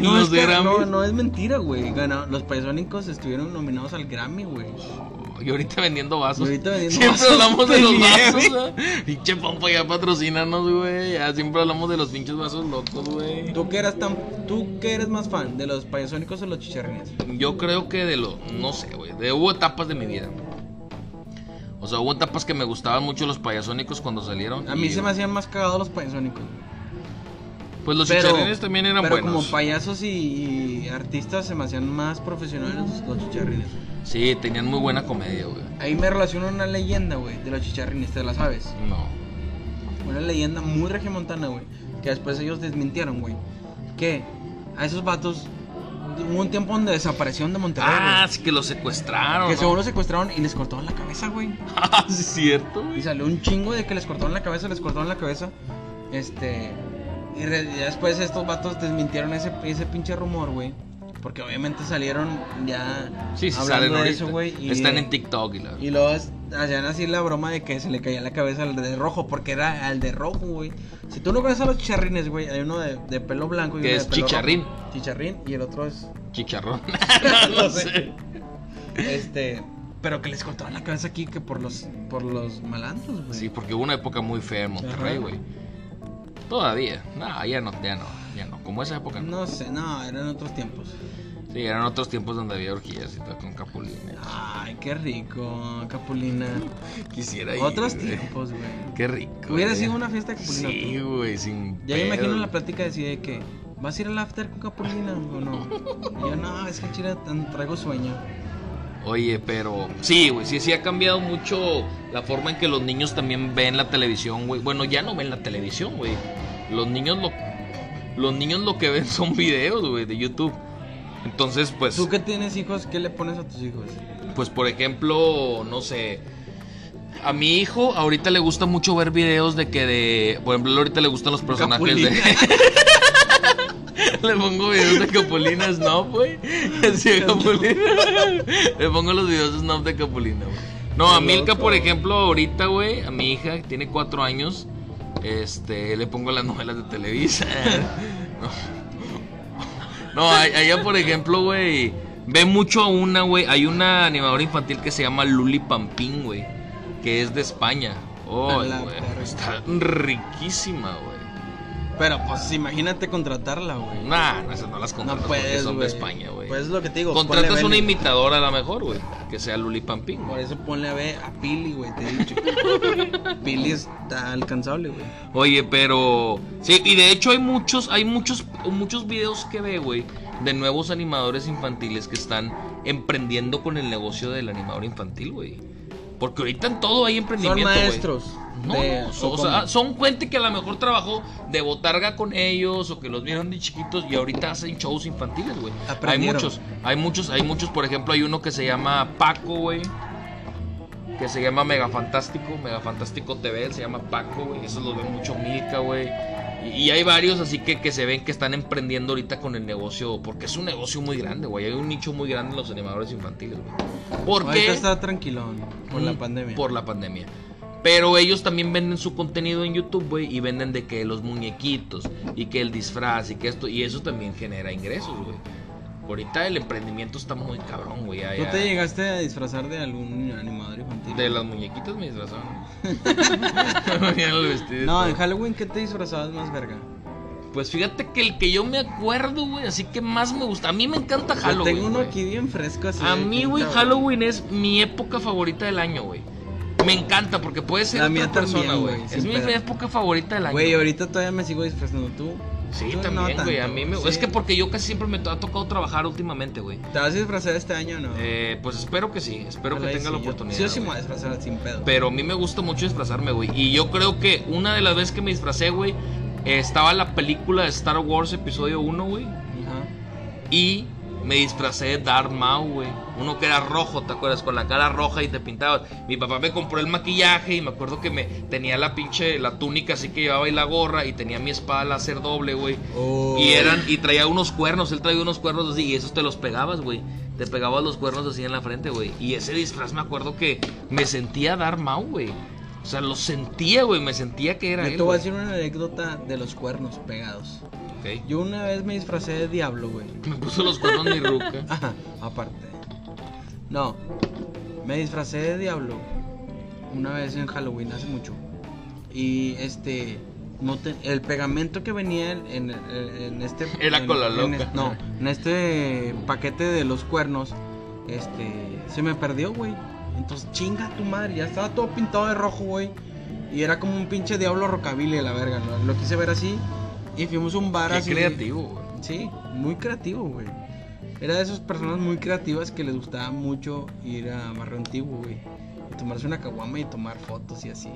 Speaker 2: no,
Speaker 1: Los
Speaker 2: es que-
Speaker 1: Grammys.
Speaker 2: no, no es mentira, güey. Ganaron- Los paisónicos estuvieron nominados al Grammy, güey.
Speaker 1: Y ahorita vendiendo vasos.
Speaker 2: Y ahorita vendiendo
Speaker 1: siempre
Speaker 2: vasos
Speaker 1: hablamos de
Speaker 2: (laughs) de
Speaker 1: los
Speaker 2: nieve.
Speaker 1: vasos, ¿eh? Pinche pompa, ya patrocínanos, güey. Ya siempre hablamos de los pinches vasos locos, güey.
Speaker 2: ¿Tú que eras tan, tú que eres más fan de los paisónicos o los chicharrines?
Speaker 1: Yo creo que de lo, no sé, güey, de hubo etapas de mi vida. O sea, hubo etapas que me gustaban mucho los payasónicos cuando salieron.
Speaker 2: A mí
Speaker 1: y-
Speaker 2: se me hacían más cagados los paisónicos.
Speaker 1: Pues los
Speaker 2: Pero-
Speaker 1: chicharrines también eran
Speaker 2: pero
Speaker 1: buenos.
Speaker 2: como payasos y, y artistas se me hacían más profesionales los chicharrines.
Speaker 1: Sí, tenían muy buena comedia, güey.
Speaker 2: Ahí me relaciona una leyenda, güey, de los chicharrines, ¿te la sabes?
Speaker 1: No.
Speaker 2: una leyenda muy regiomontana, güey, que después ellos desmintieron, güey, que a esos vatos hubo un tiempo donde desaparecieron de Monterrey.
Speaker 1: Ah,
Speaker 2: güey,
Speaker 1: sí, que lo secuestraron.
Speaker 2: que
Speaker 1: ¿no?
Speaker 2: según los secuestraron y les cortaron la cabeza, güey.
Speaker 1: (laughs) Ah, sí, es cierto.
Speaker 2: Y
Speaker 1: güey.
Speaker 2: salió un chingo de que les cortaron la cabeza, les cortaron la cabeza. Este. Y re- ya después estos vatos desmintieron ese, ese pinche rumor, güey. Porque obviamente salieron ya
Speaker 1: Sí, sí,
Speaker 2: hablando
Speaker 1: salen
Speaker 2: de
Speaker 1: ahorita.
Speaker 2: eso, güey. y-
Speaker 1: Están en TikTok y la.
Speaker 2: Y luego es- hacían así la broma de que se le caía la cabeza al de rojo, porque era al de rojo, güey. Si tú no conoces a los chicharrines, güey, hay uno de, de pelo blanco y
Speaker 1: Que
Speaker 2: uno
Speaker 1: es
Speaker 2: de pelo rojo.
Speaker 1: chicharrín.
Speaker 2: Chicharrín y el
Speaker 1: (laughs)
Speaker 2: otro es (laughs)
Speaker 1: Chicharrón. no, no
Speaker 2: No
Speaker 1: sé.
Speaker 2: sé. este, pero que les cortaron la cabeza aquí que por los por los malandros, güey.
Speaker 1: Sí, porque hubo una época muy fea en Monterrey,
Speaker 2: Ajá.
Speaker 1: güey. Todavía. No, ya no, ya no, ya no. Como esa época no.
Speaker 2: No sé, no, eran otros tiempos.
Speaker 1: Sí, eran otros tiempos donde había orgías y todo con
Speaker 2: (laughs)
Speaker 1: capulina.
Speaker 2: Ay, qué rico, Capulina.
Speaker 1: Quisiera ir.
Speaker 2: Otros
Speaker 1: güey.
Speaker 2: tiempos, güey.
Speaker 1: Qué rico.
Speaker 2: Hubiera
Speaker 1: güey.
Speaker 2: sido una fiesta de Capulina.
Speaker 1: Sí,
Speaker 2: tú.
Speaker 1: güey, sin.
Speaker 2: Ya me
Speaker 1: pedo,
Speaker 2: imagino la
Speaker 1: güey.
Speaker 2: plática decía de que ¿Vas a ir al after con Capulina o no? Y yo, no, es que chira, tan- traigo sueño.
Speaker 1: Oye, pero sí, güey, sí, sí ha cambiado mucho la forma en que los niños también ven la televisión, güey. Bueno, ya no ven la televisión, güey. Los niños lo, los niños lo que ven son videos, güey, de YouTube. Entonces, pues,
Speaker 2: Tú que tienes hijos, ¿qué le pones a tus hijos?
Speaker 1: pues por ejemplo, no sé. A mi hijo ahorita le gusta mucho ver videos de que de, por ejemplo, ahorita le gustan los personajes de. (laughs) Le pongo videos de Capulina Snob, güey. (laughs) Así de Capulina. Le pongo los videos de Snob de Capulina, güey. No,
Speaker 2: Qué
Speaker 1: a Milka,
Speaker 2: loco.
Speaker 1: por ejemplo, ahorita, güey, a mi hija, que tiene cuatro años, este, le pongo las novelas de Televisa. (laughs) No, no a, a ella, por ejemplo, güey, ve mucho a una, güey. Hay una animadora infantil que se llama Luli Pampín, güey, que es de España. Oh,
Speaker 2: A la
Speaker 1: güey,
Speaker 2: perra.
Speaker 1: está riquísima, güey.
Speaker 2: Pero pues imagínate contratarla, güey.
Speaker 1: Nah, no, esas no las
Speaker 2: No
Speaker 1: contratas porque
Speaker 2: puedes,
Speaker 1: son de
Speaker 2: güey.
Speaker 1: España, güey.
Speaker 2: Pues es lo que te digo.
Speaker 1: Contratas
Speaker 2: ponle
Speaker 1: una
Speaker 2: Beli.
Speaker 1: imitadora a la mejor, güey. Que sea Luli Pampín.
Speaker 2: Por eso ponle a ver a Pili, güey, te he
Speaker 1: (laughs)
Speaker 2: dicho. Pili está alcanzable, güey.
Speaker 1: Oye, pero. Sí, y de hecho hay muchos, hay muchos, muchos videos que ve, güey, de nuevos animadores infantiles que están emprendiendo con el negocio del animador infantil, güey. Porque ahorita en todo hay
Speaker 2: Son
Speaker 1: emprendimiento. güey.
Speaker 2: maestros.
Speaker 1: No,
Speaker 2: de-
Speaker 1: no, so-
Speaker 2: o
Speaker 1: o sea,
Speaker 2: como-
Speaker 1: son gente que a lo mejor trabajó de botarga con ellos o que los vieron de chiquitos y ahorita hacen shows infantiles, güey. Hay
Speaker 2: Aprendieron.
Speaker 1: muchos, hay muchos, hay muchos, por ejemplo, hay uno que se llama Paco, güey. Que se llama Mega Fantástico, Mega Fantástico TV, él se llama Paco, güey. Eso lo ve mucho Milka, güey. Y, y hay varios así que, que se ven que están emprendiendo ahorita con el negocio, porque es un negocio muy grande, güey. Hay un nicho muy grande en los animadores infantiles, güey. ¿Por qué?
Speaker 2: Ahorita está tranquilón por la
Speaker 1: Mm,
Speaker 2: pandemia.
Speaker 1: Por la pandemia. Pero ellos también venden su contenido en YouTube, güey, y venden de que los muñequitos y que el disfraz y que esto y eso también genera ingresos, güey. Ahorita el emprendimiento está muy cabrón, güey. ya-
Speaker 2: ¿Tú
Speaker 1: ya.
Speaker 2: te llegaste a disfrazar de algún animador infantil?
Speaker 1: De las muñequitas me
Speaker 2: (laughs)
Speaker 1: disfrazaron. Me ponían el vestido y
Speaker 2: No,
Speaker 1: todo.
Speaker 2: en Halloween, ¿qué te disfrazabas más verga?
Speaker 1: Pues fíjate que el que yo me acuerdo, güey, así que más me gusta. A mí me encanta
Speaker 2: Yo
Speaker 1: Halloween.
Speaker 2: tengo uno
Speaker 1: güey.
Speaker 2: aquí bien fresco así.
Speaker 1: A
Speaker 2: de
Speaker 1: mí,
Speaker 2: que
Speaker 1: güey,
Speaker 2: ahorita,
Speaker 1: Halloween es mi época favorita del año, güey. Me encanta porque puede ser
Speaker 2: La
Speaker 1: otra
Speaker 2: mía también,
Speaker 1: persona, güey.
Speaker 2: güey,
Speaker 1: Es
Speaker 2: sin
Speaker 1: mi
Speaker 2: pedo.
Speaker 1: época favorita del año.
Speaker 2: Güey, ahorita todavía me sigo disfrazando tú.
Speaker 1: Sí,
Speaker 2: tú no
Speaker 1: también, güey. a
Speaker 2: tanto,
Speaker 1: mí me.
Speaker 2: sí.
Speaker 1: Es que porque yo casi siempre me to- ha tocado trabajar últimamente, güey.
Speaker 2: ¿Te vas a disfrazar este año o no?
Speaker 1: Eh, pues espero que sí. Espero
Speaker 2: Ojalá
Speaker 1: que
Speaker 2: y
Speaker 1: tenga
Speaker 2: sí,
Speaker 1: la
Speaker 2: yo-
Speaker 1: oportunidad.
Speaker 2: Sí, yo sí me voy
Speaker 1: güey.
Speaker 2: a disfrazar sin pedo.
Speaker 1: Pero a mí me gusta mucho disfrazarme, güey. Y yo creo que una de las veces que me disfracé, güey, eh, estaba la película de Star Wars Episodio 1, güey.
Speaker 2: Ajá.
Speaker 1: Y me disfracé de Darth Maul, güey. Uno que era rojo, ¿te acuerdas? Con la cara roja y te pintabas. Mi papá me compró el maquillaje y me acuerdo que me tenía la pinche, la túnica así que llevaba y la gorra y tenía mi espada láser doble, güey.
Speaker 2: Oh,
Speaker 1: Y eran, y traía unos cuernos, él traía unos cuernos así, y esos te los pegabas, güey. Te pegabas los cuernos así en la frente, güey. Y ese disfraz me acuerdo que me sentía dar mau, güey. O sea, lo sentía, güey, me sentía que era
Speaker 2: Yo
Speaker 1: él.
Speaker 2: te voy
Speaker 1: güey.
Speaker 2: a decir una anécdota de los cuernos pegados.
Speaker 1: Ok.
Speaker 2: Yo una vez me disfracé de diablo, güey.
Speaker 1: Me puso los cuernos mi
Speaker 2: (laughs)
Speaker 1: ruca.
Speaker 2: Ajá, aparte. No, me disfracé de diablo una vez en Halloween hace mucho. Y este, no te- el pegamento que venía en, en- en este.
Speaker 1: (laughs) Era
Speaker 2: en-
Speaker 1: cola
Speaker 2: en
Speaker 1: loca.
Speaker 2: es- no, en este paquete de los cuernos, este, se me perdió, güey. Entonces, chinga tu madre, ya estaba todo pintado de rojo, güey. Y era como un pinche diablo rockabilly, la verga. Lo, lo quise ver así. Y fuimos a un bar
Speaker 1: Qué
Speaker 2: así.
Speaker 1: creativo, güey.
Speaker 2: Sí, muy creativo, güey. Era de esas personas muy creativas que les gustaba mucho ir a Barrio Antiguo, güey. Y tomarse una caguama y tomar fotos y así.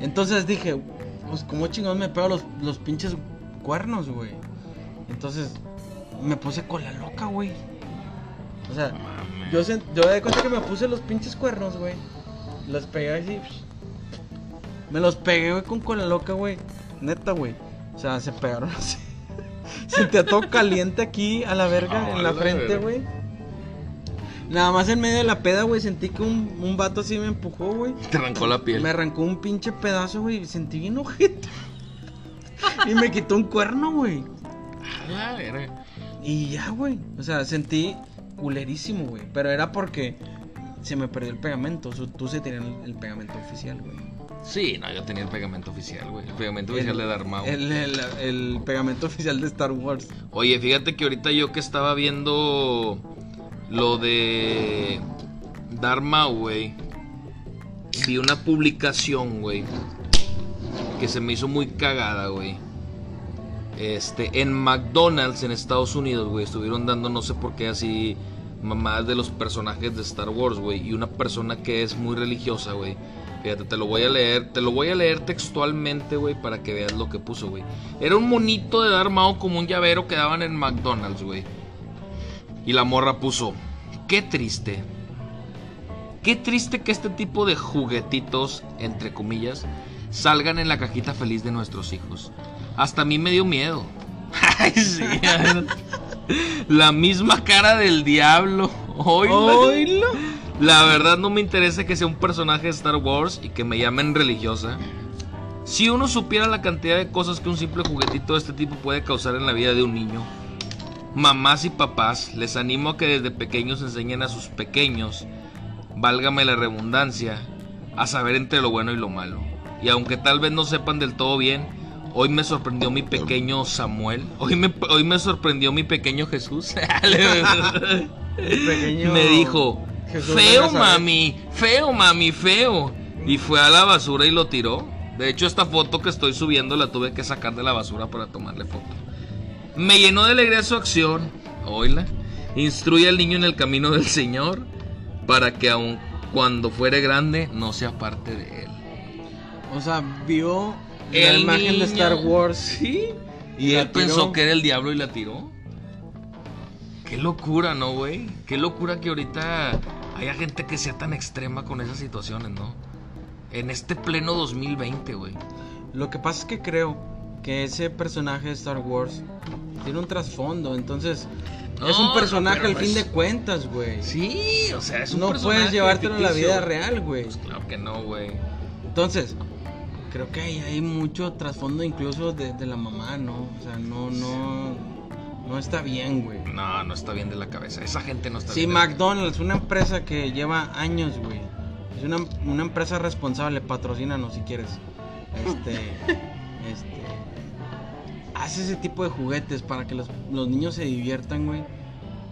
Speaker 2: Entonces dije, pues como chingón me pego los, los pinches cuernos, güey. Entonces me puse con la loca, güey. O sea,
Speaker 1: Mames.
Speaker 2: yo, sen- yo me di cuenta que me puse los pinches cuernos, güey. Los pegué así. Me los pegué, güey, con cola loca, güey. Neta, güey. O sea, se pegaron (laughs) así. Se te ató caliente aquí a la verga,
Speaker 1: Ah, A
Speaker 2: en la
Speaker 1: la
Speaker 2: frente,
Speaker 1: verga.
Speaker 2: güey. Nada más en medio de la peda, güey, sentí que un, un vato así me empujó, güey.
Speaker 1: Te arrancó la piel.
Speaker 2: Me arrancó un pinche pedazo, güey. y Sentí bien ojete. (laughs) y me quitó un cuerno, güey.
Speaker 1: A la verga.
Speaker 2: Y ya, güey. O sea, sentí culerísimo, güey. Pero era porque se me perdió el pegamento. Su- Tú se tenías el, el pegamento oficial, güey.
Speaker 1: Sí, no, yo tenía el pegamento oficial, güey. El pegamento
Speaker 2: El-
Speaker 1: oficial de Darmau.
Speaker 2: El, el- el pegamento oficial de Star Wars.
Speaker 1: Oye, fíjate que ahorita yo que estaba viendo lo de Dharma, güey, vi una publicación, güey, que se me hizo muy cagada, güey. Este, en McDonald's en Estados Unidos, güey, estuvieron dando no sé por qué así mamadas de los personajes de Star Wars, güey, y una persona que es muy religiosa, güey. Fíjate, te lo voy a leer, te lo voy a leer textualmente, güey, para que veas lo que puso, güey. Era un monito de dar mao como un llavero que daban en McDonald's, güey. Y la morra puso, qué triste. Qué triste que este tipo de juguetitos, entre comillas, salgan en la cajita feliz de nuestros hijos. Hasta a mí me dio miedo. (laughs) Ay, sí. a ver. La misma cara del diablo. Oílo.
Speaker 2: ¡Oílo!
Speaker 1: La verdad no me interesa que sea un personaje de Star Wars y que me llamen religiosa. Si uno supiera la cantidad de cosas que un simple juguetito de este tipo puede causar en la vida de un niño, mamás y papás, les animo a que desde pequeños enseñen a sus pequeños, válgame la redundancia, a saber entre lo bueno y lo malo. Y aunque tal vez no sepan del todo bien, hoy me sorprendió mi pequeño Samuel, hoy me, hoy me sorprendió mi pequeño Jesús. (laughs)
Speaker 2: Pequeño
Speaker 1: Me dijo,
Speaker 2: Jesús de
Speaker 1: feo
Speaker 2: Nazaret".
Speaker 1: mami, feo mami, feo. Y fue a la basura y lo tiró. De hecho, esta foto que estoy subiendo la tuve que sacar de la basura para tomarle foto. Me llenó de alegría su acción. Oíla. Instruye al niño en el camino del Señor para que aun cuando fuere grande no sea parte de él.
Speaker 2: O sea, vio la
Speaker 1: El
Speaker 2: imagen de
Speaker 1: niño.
Speaker 2: Star Wars. Sí.
Speaker 1: Y
Speaker 2: la
Speaker 1: él
Speaker 2: tiró.
Speaker 1: pensó que era el diablo y la tiró. Qué locura, ¿no, güey? Qué locura que ahorita haya gente que sea tan extrema con esas situaciones, ¿no? En este pleno 2020, güey.
Speaker 2: Lo que pasa es que creo que ese personaje de Star Wars tiene un trasfondo. Entonces,
Speaker 1: No,
Speaker 2: es un
Speaker 1: no,
Speaker 2: personaje
Speaker 1: pero pues
Speaker 2: al
Speaker 1: no
Speaker 2: fin
Speaker 1: es-
Speaker 2: de cuentas, güey.
Speaker 1: Sí, o sea, es un
Speaker 2: no
Speaker 1: personaje
Speaker 2: puedes llevártelo a la
Speaker 1: ficticio.
Speaker 2: vida real, güey.
Speaker 1: Pues claro que no, güey.
Speaker 2: Entonces, creo que ahí hay mucho trasfondo incluso de, de la mamá, ¿no? O sea, no, no, no está bien, güey.
Speaker 1: No, no está bien de la cabeza. Esa gente no está
Speaker 2: Sí,
Speaker 1: bien. de la
Speaker 2: McDonald's, una empresa que lleva años, güey. Es una, una empresa responsable, patrocínanos si quieres. Este, este. Hace ese tipo de juguetes para que los, los niños se diviertan, güey.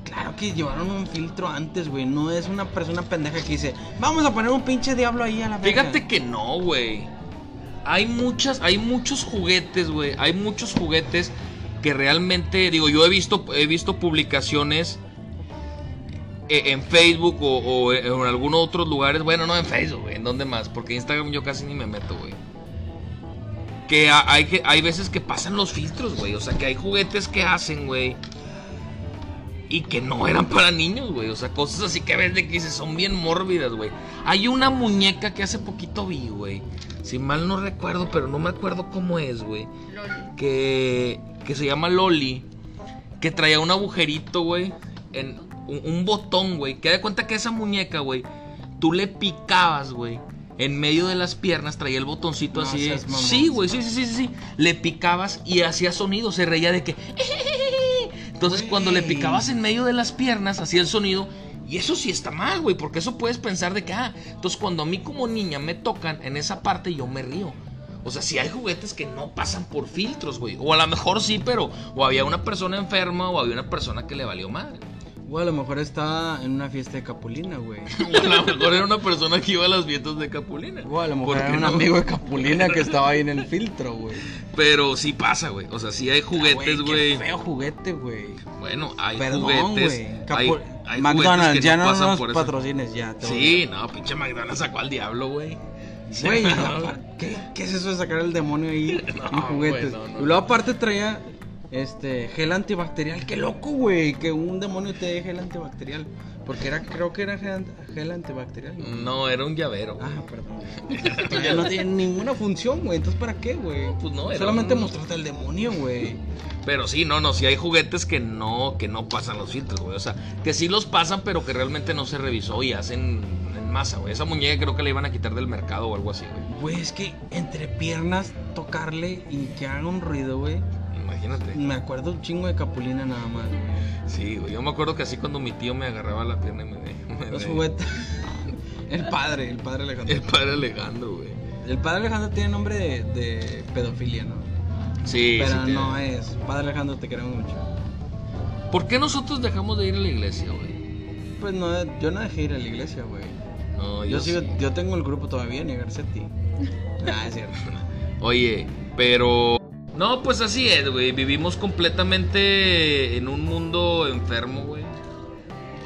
Speaker 2: Claro que llevaron un filtro antes, güey. No es una persona pendeja que dice, vamos a poner un pinche diablo ahí a la verga".
Speaker 1: Fíjate que no, güey. Hay muchas, hay muchos juguetes, güey. Hay muchos juguetes que realmente, digo, yo he visto, he visto publicaciones e- en Facebook o, o en algunos otros lugares. Bueno, no en Facebook, güey. ¿En dónde más? Porque Instagram yo casi ni me meto, güey. Que ha- hay, que- hay veces que pasan los filtros, güey. O sea, que hay juguetes que hacen, güey. Y que no eran para niños, güey. O sea, cosas así que ves de que dices, son bien mórbidas, güey. Hay una muñeca que hace poquito vi, güey. Si mal no recuerdo, pero no me acuerdo cómo es, güey.
Speaker 3: Loli.
Speaker 1: Que, que se llama Loli. Que traía un agujerito, güey. En un, un botón, güey. Que da cuenta que esa muñeca, güey. Tú le picabas, güey. En medio de las piernas traía el botoncito
Speaker 2: No
Speaker 1: así. de-
Speaker 2: seas mamón.
Speaker 1: Sí, güey, pues sí, sí, sí, sí, sí. Le picabas y hacía sonido. Se reía de que. Entonces,
Speaker 2: Güey.
Speaker 1: cuando le picabas en medio de las piernas, hacía el sonido. Y eso sí está mal, güey, porque eso puedes pensar de que, ah, entonces cuando a mí como niña me tocan en esa parte, yo me río. O sea, si hay juguetes que no pasan por filtros, güey. O a lo mejor sí, pero o había una persona enferma o había una persona que le valió madre. (laughs)
Speaker 2: O a lo mejor estaba en una fiesta de Capulina,
Speaker 1: (laughs)
Speaker 2: güey.
Speaker 1: O a lo mejor era una persona que iba a las fiestas de Capulina.
Speaker 2: O a lo
Speaker 1: ¿Por
Speaker 2: mejor era
Speaker 1: qué
Speaker 2: un
Speaker 1: no?
Speaker 2: amigo de Capulina que estaba ahí en el filtro, güey.
Speaker 1: Pero sí pasa, güey. O sea, sí hay juguetes,
Speaker 2: Ah,
Speaker 1: güey.
Speaker 2: Qué feo juguete, güey.
Speaker 1: Bueno, hay
Speaker 2: Perdón,
Speaker 1: juguetes.
Speaker 2: güey.
Speaker 1: Hay,
Speaker 2: Capu-
Speaker 1: hay
Speaker 2: McDonald's,
Speaker 1: juguetes que
Speaker 2: ya no,
Speaker 1: pasan
Speaker 2: nos
Speaker 1: por esa- (laughs)
Speaker 2: patrocines, ya. te
Speaker 1: Sí, no, pinche McDonald's sacó al diablo, güey.
Speaker 2: odio.
Speaker 1: Sí.
Speaker 2: (laughs) Güey, ¿qué, qué es eso de sacar el demonio
Speaker 1: (laughs)
Speaker 2: ahí en
Speaker 1: No,
Speaker 2: juguetes?
Speaker 1: güey, no, no,
Speaker 2: y
Speaker 1: no.
Speaker 2: luego aparte traía este gel antibacterial. Qué loco, güey, que un demonio te dé gel antibacterial. Porque era, creo que era gel, ant- gel antibacterial. güey.
Speaker 1: (laughs) No, era un llavero. güey.
Speaker 2: Ah,
Speaker 1: (laughs)
Speaker 2: (laughs) perdón. Ya no tiene ninguna función, güey. Entonces, ¿para qué, güey?
Speaker 1: No, pues no, era
Speaker 2: Solamente
Speaker 1: un-
Speaker 2: mostrarte al demonio, güey.
Speaker 1: Pero sí, no, no, sí hay juguetes que no, que no pasan los filtros, güey. O sea, que sí los pasan, pero que realmente no se revisó y hacen en masa, güey. Esa muñeca creo que la iban a quitar del mercado o algo así, güey.
Speaker 2: Güey, es que entre piernas tocarle y que haga un ruido, güey.
Speaker 1: Imagínate.
Speaker 2: Me acuerdo un chingo de Capulina nada más, güey.
Speaker 1: Sí, güey. Yo me acuerdo que así cuando mi tío me agarraba la pierna y me. (laughs) me-
Speaker 2: Los juguetes. (laughs) El padre, el padre Alejandro.
Speaker 1: El padre Alejandro, güey.
Speaker 2: El padre Alejandro tiene nombre de, de pedofilia, ¿no?
Speaker 1: Sí, sí
Speaker 2: Pero
Speaker 1: tiene-
Speaker 2: no es. Padre Alejandro, te queremos mucho.
Speaker 1: ¿Por qué nosotros dejamos de ir a la iglesia, güey?
Speaker 2: Pues no, yo no dejé ir a la iglesia, güey.
Speaker 1: No, yo,
Speaker 2: Yo, sigo,
Speaker 1: sí.
Speaker 2: yo tengo el grupo todavía,
Speaker 1: (laughs)
Speaker 2: ni Garcetti. Ah, es cierto.
Speaker 1: Oye, pero. No, pues así es, güey. Vivimos completamente en un mundo enfermo, güey.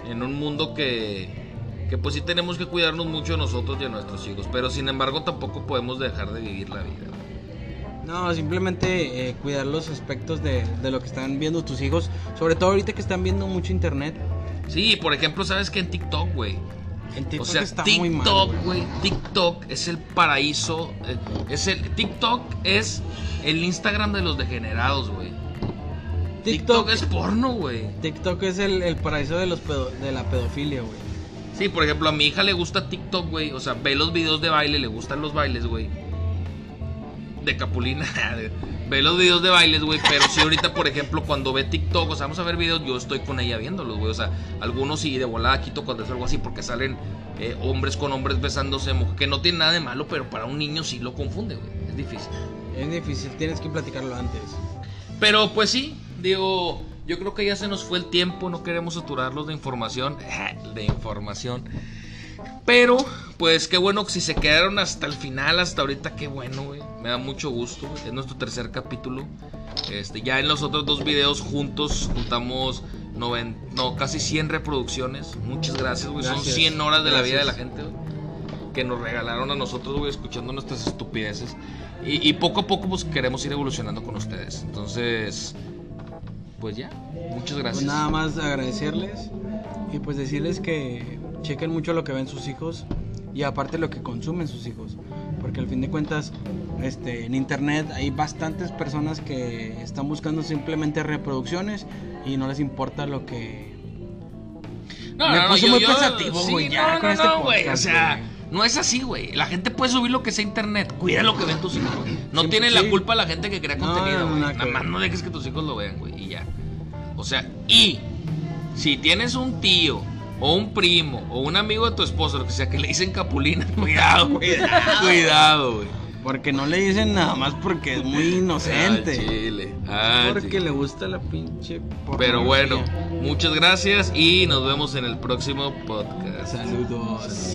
Speaker 1: En un mundo que. Que pues sí tenemos que cuidarnos mucho nosotros y a nuestros hijos. Pero sin embargo, tampoco podemos dejar de vivir la vida. güey.
Speaker 2: No, simplemente eh, cuidar los aspectos de, de lo que están viendo tus hijos. Sobre todo ahorita que están viendo mucho internet.
Speaker 1: Sí, por ejemplo, sabes que en TikTok, güey.
Speaker 2: En TikTok
Speaker 1: O sea,
Speaker 2: está muy mal.
Speaker 1: TikTok,
Speaker 2: güey.
Speaker 1: güey. TikTok es el paraíso. eh, Es el, TikTok es el Instagram de los degenerados, güey. TikTok
Speaker 2: TikTok,
Speaker 1: es porno, güey.
Speaker 2: TikTok es el, el paraíso de, los pedo- de la pedofilia, güey.
Speaker 1: Sí, por ejemplo, a mi hija le gusta TikTok, güey. O sea, ve los videos de baile, le gustan los bailes, güey. De Capulina. (laughs) ve los videos de bailes, güey. Pero sí, ahorita, por ejemplo, cuando ve TikTok, o sea, vamos a ver videos, yo estoy con ella viéndolos, güey. O sea, algunos sí de volada quito cuando es algo así, porque salen eh, hombres con hombres besándose, mu- que no tiene nada de malo, pero para un niño sí lo confunde, güey. Es difícil.
Speaker 2: Es difícil, tienes que platicarlo antes.
Speaker 1: Pero pues sí, digo, yo creo que ya se nos fue el tiempo, no queremos saturarlos de información, (laughs) de información. Pero, pues qué bueno que si se quedaron hasta el final, hasta ahorita, qué bueno, güey. Me da mucho gusto, güey. es nuestro tercer capítulo. Este, ya en los otros dos videos juntos juntamos noven- no, casi 100 reproducciones. Muchas gracias, güey. Son
Speaker 2: Gracias.
Speaker 1: 100 horas de la vida de la
Speaker 2: Gracias.
Speaker 1: gente, güey que nos regalaron a nosotros, güey, escuchando nuestras estupideces. Y, y poco a poco, pues queremos ir evolucionando con ustedes. Entonces, pues ya, muchas gracias.
Speaker 2: Pues nada más agradecerles y pues decirles que chequen mucho lo que ven sus hijos y aparte lo que consumen sus hijos. Porque al fin de cuentas, este, en internet hay bastantes personas que están buscando simplemente reproducciones y no les importa lo que...
Speaker 1: No,
Speaker 2: Me
Speaker 1: no, no,
Speaker 2: puse
Speaker 1: yo-
Speaker 2: muy
Speaker 1: yo-
Speaker 2: pensativo,
Speaker 1: sí,
Speaker 2: güey, ya,
Speaker 1: no,
Speaker 2: con
Speaker 1: no,
Speaker 2: este
Speaker 1: no, güey, o
Speaker 2: podcast,
Speaker 1: sea,
Speaker 2: güey.
Speaker 1: no es así, güey. La gente puede subir lo que sea a internet. Cuida lo que ven tus hijos. güey. No
Speaker 2: Siempre-
Speaker 1: tiene
Speaker 2: sí.
Speaker 1: la culpa la gente que crea
Speaker 2: No,
Speaker 1: contenido,
Speaker 2: no,
Speaker 1: güey.
Speaker 2: nada que
Speaker 1: Nada
Speaker 2: ver.
Speaker 1: más no dejes que tus hijos lo vean, güey, y ya. O sea, y si tienes un tío o un primo o un amigo de tu esposo, lo que sea, que le dicen capulina, (laughs) cuidado, güey. cuidado, güey.
Speaker 2: Porque no le dicen nada más porque es muy
Speaker 1: Al
Speaker 2: inocente.
Speaker 1: chile, al
Speaker 2: Porque
Speaker 1: chile.
Speaker 2: le gusta la pinche...
Speaker 1: Pero
Speaker 2: pornografía.
Speaker 1: bueno, muchas gracias y nos vemos en el próximo podcast.
Speaker 2: Saludos.